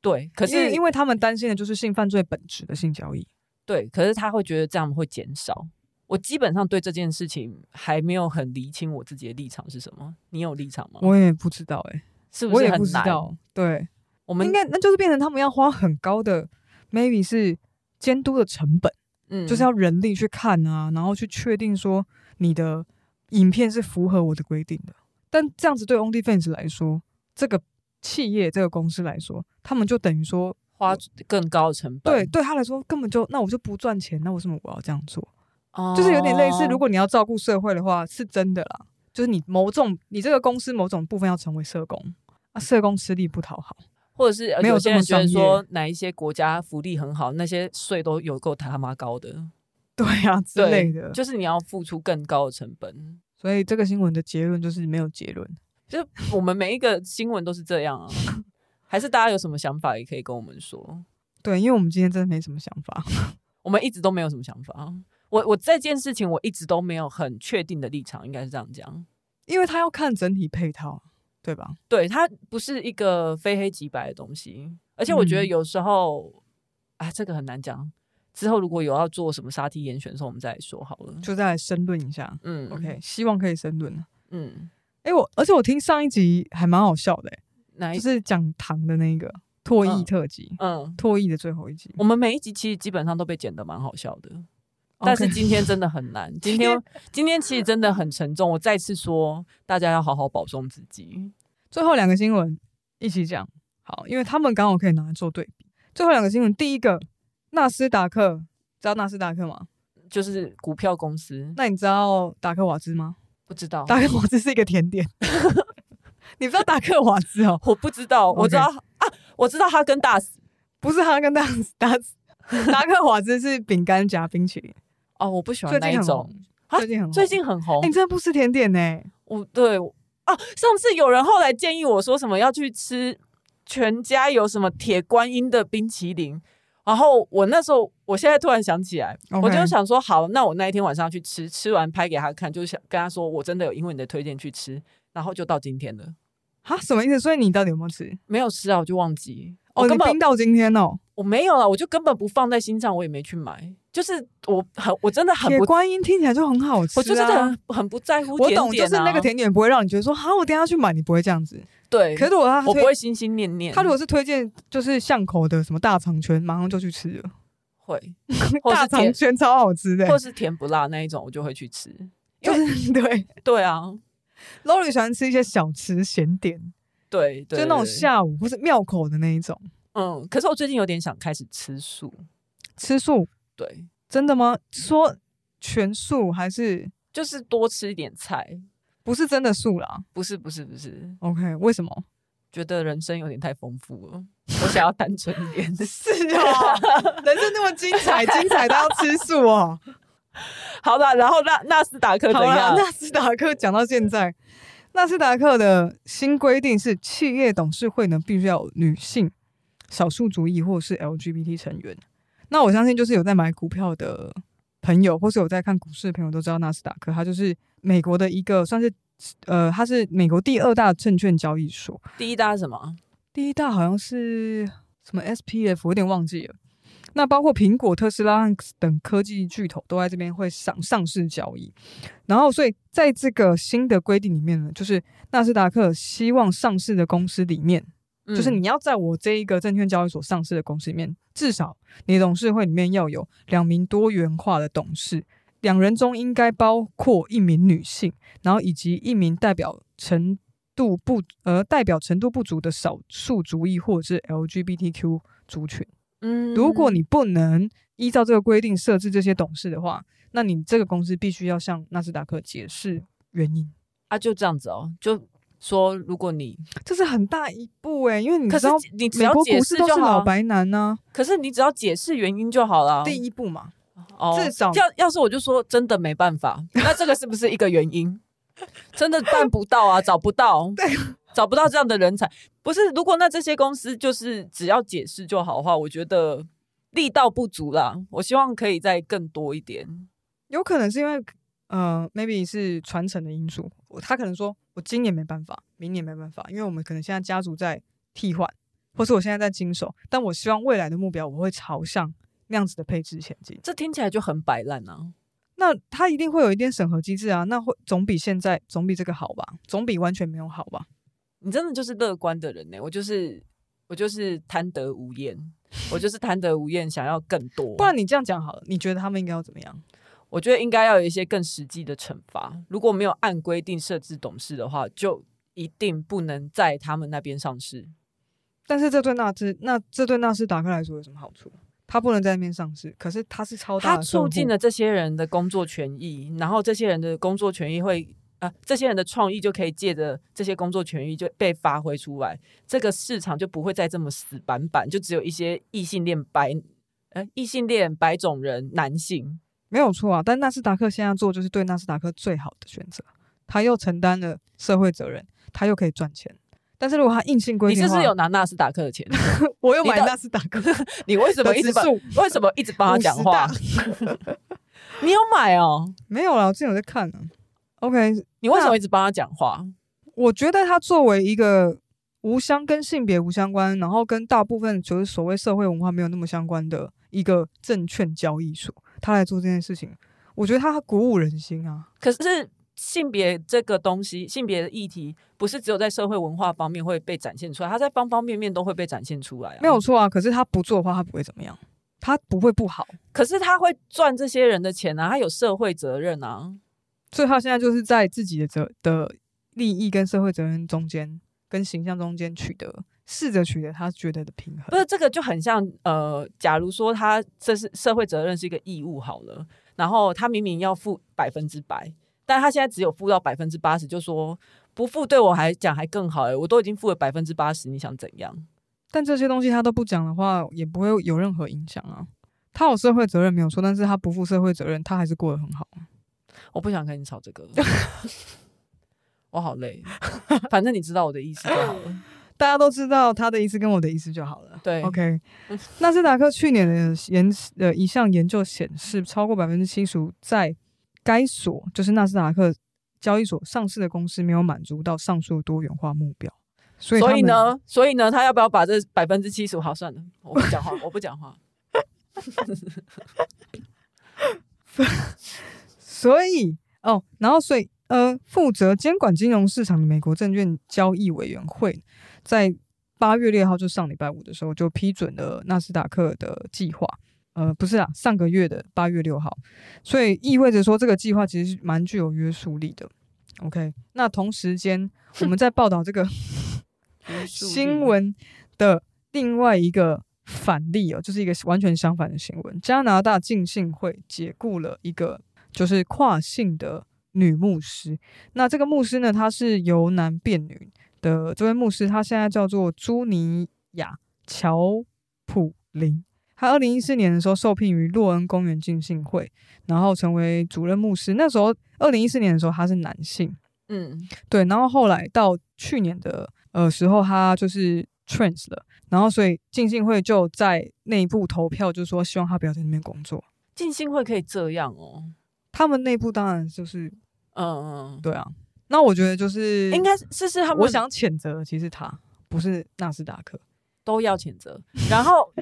Speaker 1: 对，可
Speaker 2: 因
Speaker 1: 是
Speaker 2: 为因为他们担心的就是性犯罪本质的性交易。
Speaker 1: 对，可是他会觉得这样会减少。我基本上对这件事情还没有很厘清我自己的立场是什么。你有立场吗？
Speaker 2: 我也不知道哎、
Speaker 1: 嗯是
Speaker 2: 我
Speaker 1: 是
Speaker 2: 也
Speaker 1: 很
Speaker 2: 不知
Speaker 1: 难？
Speaker 2: 道。对，
Speaker 1: 我们
Speaker 2: 应该那就是变成他们要花很高的，maybe 是监督的成本。
Speaker 1: 嗯
Speaker 2: 就是要人力去看啊，然后去确定说你的影片是符合我的规定的。但这样子对 OnlyFans 来说，这个企业这个公司来说，他们就等于说
Speaker 1: 花更高的成
Speaker 2: 对，
Speaker 1: 本，
Speaker 2: 对他来说根本就那我就不赚钱，那为什么我要这样做？
Speaker 1: 对
Speaker 2: 就是有点类
Speaker 1: 哦
Speaker 2: 似，如果你要照顾社会的话，是真的啦。就是你某种，你这个公司某种部分要成为社工啊，社工吃力不讨好。
Speaker 1: 或者是呃
Speaker 2: 没有
Speaker 1: 些
Speaker 2: 这么
Speaker 1: 人觉得
Speaker 2: 商业
Speaker 1: 说哪一些国家福利很好，那些税都有够他妈高的，
Speaker 2: 对啊之
Speaker 1: 对
Speaker 2: 类的。
Speaker 1: 就是你要付出更高的成本。
Speaker 2: 所以这个新闻的结论就是没有结论。
Speaker 1: 就是我们每一个新闻都是这 样啊，还是大家有什么想法也可以跟我们说，
Speaker 2: 对，因为我们今天真的没什么想法。
Speaker 1: 我们一直都没有什么想法。啊我我这件事情我一直都没有很确定的立场，应该是这样讲。
Speaker 2: 因为他要看整体配套，啊对吧？
Speaker 1: 对，它不是一个非黑即白的东西，而且我觉得
Speaker 2: 嗯
Speaker 1: 有时候，啊，这个很难讲。之后如果有要做什么沙梯严选的时候，我们再来说好了。
Speaker 2: 就再来申论一下。
Speaker 1: 嗯
Speaker 2: OK，希望可以申论。
Speaker 1: 嗯，
Speaker 2: 哎、我而且我听上一集还蛮好笑的、欸
Speaker 1: 哪一
Speaker 2: 就？是讲糖的那个唾液
Speaker 1: 哎嗯
Speaker 2: 特辑，
Speaker 1: 嗯，
Speaker 2: 唾液的最后一集。
Speaker 1: 我们每一集其实基本上都被剪得蛮好笑的。但是
Speaker 2: OK
Speaker 1: 今天真的很难，今 天今天其实真的很沉重。我再次说，大家要好好保重自己。
Speaker 2: 最后两个新闻一起讲，好，因为他们刚好可以拿来做对比。最后两个新闻，第一个纳斯达克，知道纳斯达克吗？
Speaker 1: 就是股票公司，
Speaker 2: 那你知道达克瓦兹吗？
Speaker 1: 不知道，
Speaker 2: 达克瓦兹是一个甜点， 你不知道达克瓦兹哦？
Speaker 1: 我不知道，
Speaker 2: OK
Speaker 1: 我知道啊，我知道他跟大死
Speaker 2: 不是哈根达斯，达斯达克瓦兹是饼干夹冰淇淋，
Speaker 1: 哦，我不喜欢
Speaker 2: 最
Speaker 1: 那一
Speaker 2: 近很
Speaker 1: 种。
Speaker 2: 红，
Speaker 1: 啊
Speaker 2: 最近很红，
Speaker 1: 最近很红
Speaker 2: 哎，，你真的不吃甜点呢、
Speaker 1: 我对我啊，上次有人后来建议我说什么要去吃全家有什么铁观音的冰淇淋，然后我那时候，我现在突然想起来
Speaker 2: OK
Speaker 1: 我就想说，好，那我那一天晚上去吃，吃完拍给他看，就是想跟他说我真的有因为你的推荐去吃，然后就到今天了，
Speaker 2: 哈，啊什么意思？所以你到底有没有吃？
Speaker 1: 没有吃啊，我就忘记，我
Speaker 2: 哦，你
Speaker 1: 根本
Speaker 2: 冰到今天哦，
Speaker 1: 我没有了，啊我就根本不放在心上，我也没去买，就是我很我真的很
Speaker 2: 铁
Speaker 1: 不，
Speaker 2: 观音听起来就很好吃、啊，
Speaker 1: 我就是很很不在乎
Speaker 2: 我
Speaker 1: 甜点、啊，
Speaker 2: 懂，就是那个甜点不会让你觉得说，哈，我等一下要去买，你不会这样子。
Speaker 1: 对，
Speaker 2: 可是我他
Speaker 1: 我
Speaker 2: 推
Speaker 1: 不会心心念念，
Speaker 2: 他如果是推荐就是巷口的什么大肠圈，马上就去吃了。
Speaker 1: 会 或
Speaker 2: 大
Speaker 1: 是
Speaker 2: 肠
Speaker 1: 甜
Speaker 2: 圈超好吃的、
Speaker 1: 或是甜不辣那一种，我就会去吃。
Speaker 2: 就是 对。
Speaker 1: 对啊，
Speaker 2: Lori 喜欢吃一些小吃咸点，
Speaker 1: 对对，
Speaker 2: 就那种
Speaker 1: 对，
Speaker 2: 下午或是庙口的那一种。
Speaker 1: 嗯。可是我最近有点想开始吃素，
Speaker 2: 吃素
Speaker 1: 对，
Speaker 2: 真的吗？说全素还是
Speaker 1: 就是多吃一点菜。
Speaker 2: 不是真的素啦
Speaker 1: 不是不是不是，
Speaker 2: ？OK，为什么？
Speaker 1: 觉得人生有点太丰富 了，我想要单纯一点。
Speaker 2: 是 哦，人生那么精 彩，精彩到要吃素 哦。
Speaker 1: 好啦，然后纳纳斯达克怎
Speaker 2: 好啊啦，
Speaker 1: 样？
Speaker 2: 纳斯达克讲到现在，纳斯达克的新规定是，企业董事会呢必须要有女性、少数族裔或是 LGBT 成员。那我相信，就是有在买股票的朋友，或是有在看股市的朋友，都知道纳斯达克，它就是美国的一个算是呃，它是美国第二大证券交易所，
Speaker 1: 第一大是什么？
Speaker 2: 第一大好像是什么 SPF，我有点忘记了。那包括苹果、特斯拉等科技巨头都在这边会上上市交易，然后所以在这个新的规定里面呢，就是纳斯达克希望上市的公司里面，
Speaker 1: 嗯
Speaker 2: 就是你要在我这一个证券交易所上市的公司里面，至少你的董事会里面要有两名多元化的董事，两人中应该包括一名女性，然后以及一名代表程度不呃代表程度不足的少数族裔或者是 LGBTQ 族群。
Speaker 1: 嗯
Speaker 2: 如果你不能依照这个规定设置这些董事的话，那你这个公司必须要向纳斯达克解释原因。
Speaker 1: 啊就这样子哦，就说如果你
Speaker 2: 这是很大一步欸诶、因为你
Speaker 1: 可
Speaker 2: 知
Speaker 1: 是
Speaker 2: 道
Speaker 1: 你只
Speaker 2: 美
Speaker 1: 要
Speaker 2: 国
Speaker 1: 解
Speaker 2: 股
Speaker 1: 释
Speaker 2: 市都
Speaker 1: 就是好
Speaker 2: 老
Speaker 1: 啊，
Speaker 2: 白男呢、
Speaker 1: 可是你只要解释原因就好了。
Speaker 2: 第一步嘛，
Speaker 1: 哦
Speaker 2: 至少
Speaker 1: 要要是我就说真的没办法，那这个是不是一个原因？真的办不到啊，找不到，找不到这样的人才。不是，如果那这些公司就是只要解释就好的话，我觉得力道不足啦。我希望可以再更多一点。
Speaker 2: 有可能是因为呃，maybe 是传承的因素，我他可能说我今年没办法，明年没办法，因为我们可能现在家族在替换，或是我现在在经手，但我希望未来的目标我会朝向那样子的配置前进。
Speaker 1: 这听起来就很摆烂啊。
Speaker 2: 那他一定会有一定审核机制啊，那会总比现在总比这个好吧，总比完全没有好吧。
Speaker 1: 你真的就是乐观的人呢、欸我就是我就是贪得无厌，我就是贪得无厌，想要更多。
Speaker 2: 不然你这样讲好了，你觉得他们应该要怎么样？
Speaker 1: 我觉得应该要有一些更实际的惩罚。如果没有按规定设置董事的话，就一定不能在他们那边上市。
Speaker 2: 但是这对纳斯那这对纳斯达克来说有什么好处？他不能在那边上市，可是他是超大
Speaker 1: 他
Speaker 2: 的
Speaker 1: 促进
Speaker 2: 客户
Speaker 1: 了这些人的工作权益，然后这些人的工作权益会啊、这些人的创意就可以借着这些工作权益就被发挥出来，这个市场就不会再这么死板板，就只有一些异性恋白呃异性恋白种人男性，
Speaker 2: 没有错啊。但纳斯达克现在做就是对纳斯达克最好的选择，他又承担了社会责任，他又可以赚钱。但是如果他硬性规
Speaker 1: 你
Speaker 2: 定
Speaker 1: 是不
Speaker 2: 的话，
Speaker 1: 是有拿纳斯达克的钱？
Speaker 2: 我有
Speaker 1: 你
Speaker 2: 买
Speaker 1: 到
Speaker 2: 纳斯达克
Speaker 1: 你为什么
Speaker 2: 的
Speaker 1: 一
Speaker 2: 指
Speaker 1: 直把
Speaker 2: 数？
Speaker 1: 为什么一直 帮他讲话？你有买哦？
Speaker 2: 没有啦，我之前有在看呢、OK，
Speaker 1: 你为什么一直帮他讲话？
Speaker 2: 我觉得他作为一个无相跟性别无相关，然后跟大部分就是所谓社会文化没有那么相关的一个证券交易所，他来做这件事情，我觉得他鼓舞人心啊。
Speaker 1: 可是性别这个东西，性别的议题，不是只有在社会文化方面会被展现出来，它在方方面面都会被展现出来、啊。
Speaker 2: 没有，错啊，可是他不做的话，他不会怎么样，他不会不好，
Speaker 1: 可是他会赚这些人的钱啊，他有社会责任啊。
Speaker 2: 所以他现在就是在自己的责的利益跟社会责任中间，跟形象中间取得，试着取得他觉得的平衡。
Speaker 1: 不是这个就很像呃，假如说他这是社会责任是一个义务好了，然后他明明要付百分之百，但他现在只有付到百分之八十，就说不付对我还讲还更好、欸，我都已经付了百分之八十，你想怎样？
Speaker 2: 但这些东西他都不讲的话，也不会有任何影响啊。他有社会责任没有错，但是他不负社会责任，他还是过得很好。
Speaker 1: 我不想跟你吵这个， 我好累，反正你知道我的意思就好了。
Speaker 2: 大家都知道他的意思跟我的意思就好了。
Speaker 1: 对嗯
Speaker 2: OK，纳斯达克去年的研呃一项研究显示，超过百分之七十五在该所就是纳斯达克交易所上市的公司没有满足到上述多元化目标，所以
Speaker 1: 所
Speaker 2: 他
Speaker 1: 以
Speaker 2: 们
Speaker 1: 呢，所以呢，他要不要把这百分之七十五？好，算了，我不讲话，我不讲话。
Speaker 2: 所以哦，然后所以呃，负责监管金融市场的美国证券交易委员会，在八月六号，就上礼拜五的时候，就批准了纳斯达克的计划。呃，不是啊，上个月的八月六号，所以意味着说这个计划其实是蛮具有约束力的。OK，那同时间我们在报道这个新闻的另外一个反例哦，就是一个完全相反的新闻。加拿大浸信会解雇了一个就是跨性的女牧师，那这个牧师呢，她是由男变女的，这位牧师她现在叫做朱尼亚乔普林。她二零一四年的时候受聘于洛恩公园浸信会，然后成为主任牧师。那时候二零一四年的时候他是男性，
Speaker 1: 嗯，
Speaker 2: 对，然后后来到去年的呃时候，他就是 trans 了，然后所以浸信会就在内部投票，就说希望他不要在那边工作。
Speaker 1: 进信会可以这样哦。
Speaker 2: 他们内部当然就是
Speaker 1: 嗯，
Speaker 2: 对啊，那我觉得就是
Speaker 1: 应该是是是他们
Speaker 2: 我想谴责的其实他不是纳斯达克，
Speaker 1: 都要谴责。然后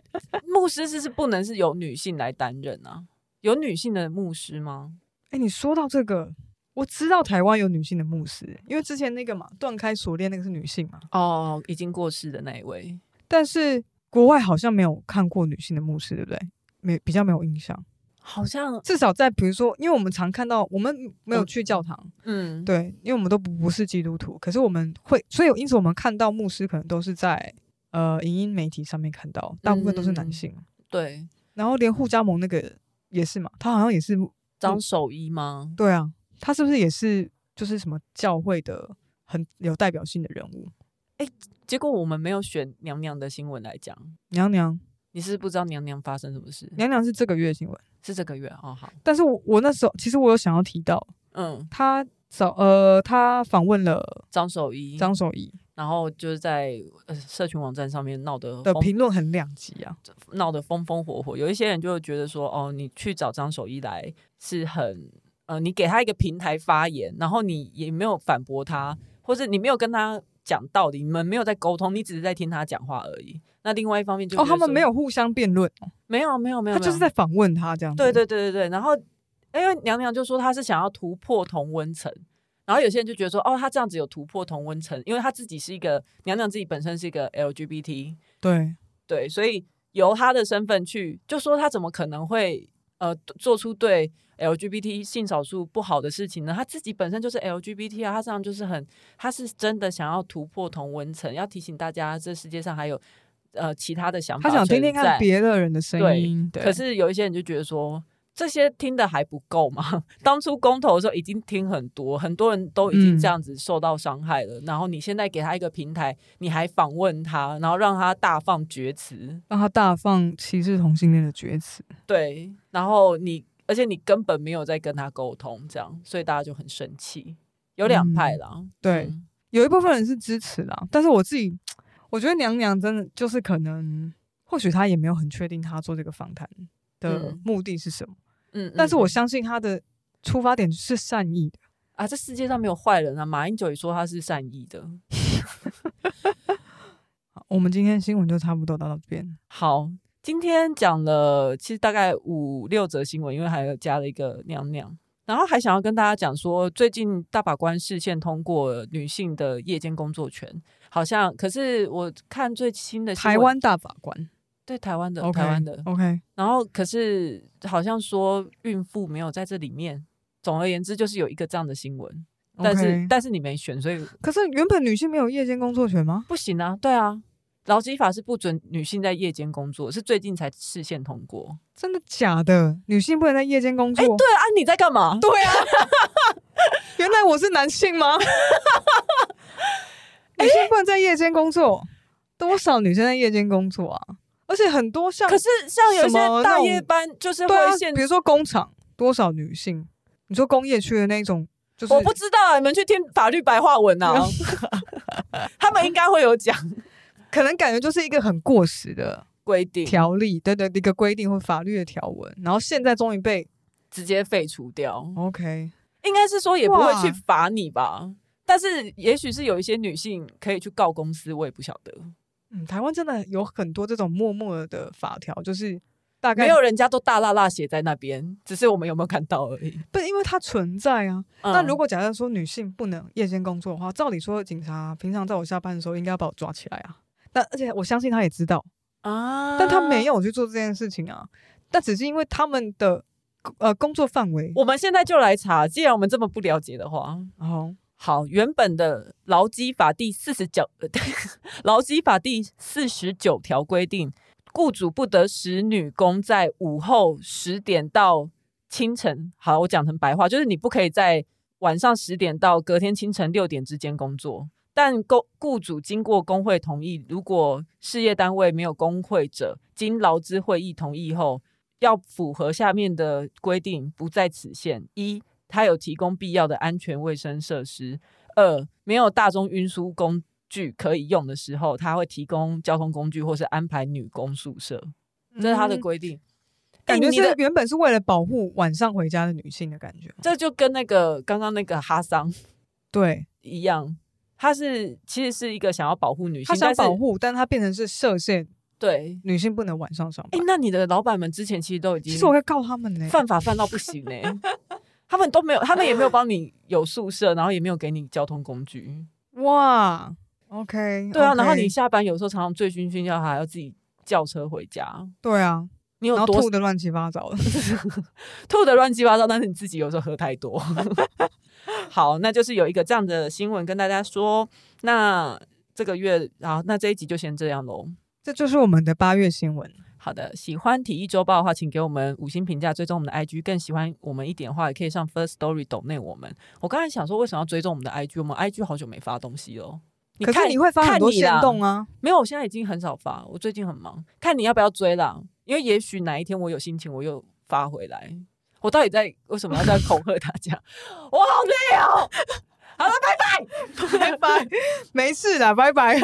Speaker 1: 牧师是是不能是由女性来担任啊，有女性的牧师吗？
Speaker 2: 哎，你说到这个，我知道台湾有女性的牧师，因为之前那个嘛断开锁链那个是女性嘛，
Speaker 1: 哦，已经过世的那一位，
Speaker 2: 但是国外好像没有看过女性的牧师，对不对？没比较没有印象。
Speaker 1: 好像
Speaker 2: 至少在比如说，因为我们常看到我们没有去教堂，
Speaker 1: 嗯，
Speaker 2: 对，因为我们都不不是基督徒，可是我们会，所以因此我们看到牧师可能都是在呃影音媒体上面看到，大部分都是
Speaker 1: 嗯
Speaker 2: 男性，
Speaker 1: 对，
Speaker 2: 然后连互加盟那个也是嘛，他好像也是，
Speaker 1: 张守一吗？
Speaker 2: 对啊，他是不是也是就是什么教会的很有代表性的人物？
Speaker 1: 结果我们没有选娘娘的新闻来讲，
Speaker 2: 娘娘，
Speaker 1: 你是不是不知道娘娘发生什么事？
Speaker 2: 娘嗯娘是这个月的新闻，
Speaker 1: 是这个月哦，好，
Speaker 2: 但是我我那时候其实我有想要提到
Speaker 1: 嗯，
Speaker 2: 他找呃他访问了
Speaker 1: 张守一，
Speaker 2: 张守仪
Speaker 1: 然后就是在呃社群网站上面闹得
Speaker 2: 的
Speaker 1: 风
Speaker 2: 评论很两极啊，
Speaker 1: 闹得风风火火，有一些人就会觉得说，哦，你去找张守一来是很，呃，你给他一个平台发言，然后你也没有反驳他，或者你没有跟他讲道理，你们没有在沟通，你只是在听他讲话而已。那另外一方面就
Speaker 2: 哦，
Speaker 1: 觉
Speaker 2: 他
Speaker 1: 得
Speaker 2: 们
Speaker 1: 说
Speaker 2: 没，有互相辩论，
Speaker 1: 没有，没有，没有，
Speaker 2: 他就是在访问他这样子。
Speaker 1: 对对对对对，然后因为娘娘就说她是想要突破同温层，然后有些人就觉得说，哦，她这样子有突破同温层，因为她自己是一个娘娘自己本身是一个 LGBT，
Speaker 2: 对，
Speaker 1: 对，所以由他的身份去，就说他怎么可能会呃做出对 LGBT 性少数不好的事情呢？他自己本身就是 LGBT 啊，他这样就是很，他是真的想要突破同文层，要提醒大家，这世界上还有呃其他的想法
Speaker 2: 他想听听
Speaker 1: 存
Speaker 2: 看
Speaker 1: 在
Speaker 2: 别的人的声音，对，
Speaker 1: 可是有一些人就觉得说，这些听的还不够嘛？ 当初公投的时候已经听很多，很多人都已经
Speaker 2: 嗯
Speaker 1: 这样子受到伤害了。然后你现在给他一个平台，你还访问他，然后让他大放厥词，
Speaker 2: 让他大放歧视同性恋的厥词。
Speaker 1: 对，然后你而且你根本没有在跟他沟通，这样，所以大家就很生气。有两派啦，
Speaker 2: 对，
Speaker 1: 嗯
Speaker 2: 有一部分人是支持啦，但是我自己，我觉得娘娘真的就是可能，或许她也没有很确定她做这个访谈的
Speaker 1: 嗯
Speaker 2: 目的是什么，
Speaker 1: 嗯，嗯
Speaker 2: 但是我
Speaker 1: 嗯
Speaker 2: 相信她的出发点是善意的。
Speaker 1: 啊，这世界上没有坏人啊。马英九也说他是善意的。
Speaker 2: 好啊我们今天新闻就差不多到这边，
Speaker 1: 好，今天讲了其实大概五六则新闻，因为还有加了一个娘娘，然后还想要跟大家讲说，最近大法官视线通过女性的夜间工作权，好像可是我看最新的新闻
Speaker 2: 台湾大法官
Speaker 1: 对台湾的
Speaker 2: o k
Speaker 1: 台湾的，
Speaker 2: OK，
Speaker 1: 然后可是好像说孕妇没有在这里面。总而言之，就是有一个这样的新闻，但是
Speaker 2: OK
Speaker 1: 但是你没选，所以
Speaker 2: 可是原本女性没有夜间工作权吗？
Speaker 1: 不行啊，对啊，劳基法是不准女性在夜间工作，是最近才视线通过。
Speaker 2: 真的假的？女性不能在夜间工作？
Speaker 1: 对啊，你在干嘛？对啊，
Speaker 2: 原来我是男性 吗？女性不能在夜间工作，多少女生在夜间工作啊？而且很多像
Speaker 1: 哦可是像有一些
Speaker 2: 什么那
Speaker 1: 大
Speaker 2: 种
Speaker 1: 夜班，就是
Speaker 2: 对啊
Speaker 1: 会，限
Speaker 2: 比如说工厂多少女性？你说工业区的那种，就是
Speaker 1: 我不知道啊，你们去听法律白话文 啊，他们应该会有讲
Speaker 2: 可能感觉就是一个很过时的
Speaker 1: 规定，
Speaker 2: 条例，对对，一个规定或法律的条文，然后现在终于被
Speaker 1: 直接废除掉。
Speaker 2: 哦 OK，
Speaker 1: 应该是说也不会
Speaker 2: 哇
Speaker 1: 去罚你吧，但是也许是有一些女性可以去告公司，我也不晓得。
Speaker 2: 嗯，台湾真的有很多这种默默的法条，就是大概
Speaker 1: 没有人家都大辣辣写在那边，只是我们有没有看到而已。
Speaker 2: 不因为它存在啊。那
Speaker 1: 嗯
Speaker 2: 如果假设说女性不能夜间工作的话，照理说警察平常在我下班的时候应该要把我抓起来啊。但而且我相信他也知道，
Speaker 1: 啊，
Speaker 2: 但他没。有去做这件事情啊。但只是因为他们的呃工作范围，
Speaker 1: 我们现在就来查，既然我们这么不了解的话，
Speaker 2: 哦，
Speaker 1: 好，原本的劳基法第四十九，呃 劳基法第四十九条规定，雇主不得使女工在午后十点到清晨，好，我讲成白话，就是你不可以在晚上十点到隔天清晨六点之间工作。但工雇主经过工会同意，如果事业单位没有工会者，经劳资会议同意后，要符合下面的规定，不在此限：一，它有提供必要的安全卫生设施；二，没有大众运输工具可以用的时候，它会提供交通工具或是安排女工宿舍，这是它的
Speaker 2: 嗯
Speaker 1: 规定。
Speaker 2: 感觉
Speaker 1: 哎你
Speaker 2: 是
Speaker 1: 的
Speaker 2: 原本是为了保护晚上回家的女性的感觉。
Speaker 1: 这就跟那个刚刚那个哈桑
Speaker 2: 对，
Speaker 1: 一样，他是其实是一个想要保护女性，
Speaker 2: 他想
Speaker 1: 但
Speaker 2: 保
Speaker 1: 是
Speaker 2: 护，但他变成是设限
Speaker 1: 对。
Speaker 2: 女性不能晚上上
Speaker 1: 哎、
Speaker 2: 班。
Speaker 1: 那你的老板们之前其实都已经
Speaker 2: 其实我会告他们呢、
Speaker 1: 犯法犯到不行呢、他们都没有，他们也没有帮你有宿舍，然后也没有给你交通工具。
Speaker 2: 哇，OK，
Speaker 1: 对啊
Speaker 2: OK，
Speaker 1: 然后你下班有时候常常醉醺醺，要还要自己叫车回家。
Speaker 2: 对啊，
Speaker 1: 你有
Speaker 2: 然后
Speaker 1: 多
Speaker 2: 吐的乱七八 糟的。
Speaker 1: 吐的乱七八糟，但是你自己有时候喝太多。 好，那就是有一个这样的新闻跟大家说。那这个月好，那这一集就先这样喽。
Speaker 2: 这就是我们的八月新闻。
Speaker 1: 好的，喜欢体育周报的话，请给我们五星评价，追踪我们的 IG。更喜欢我们一点的话，也可以上 First Story 抖内我们。我刚才想说，为什么要追踪我们的 IG？我们 IG 好久没发东西了。你
Speaker 2: 可
Speaker 1: 看
Speaker 2: 是你会发很多
Speaker 1: 看你啦
Speaker 2: 线 动啊，
Speaker 1: 没有，我现在已经很少发，我最近很忙，看你要不要追啦。因为也许哪一天我有心情，我又发回来。我到底在为什么要在恐吓大家？ 我好累哦。好了，拜拜。
Speaker 2: 拜拜， 没事的，拜拜。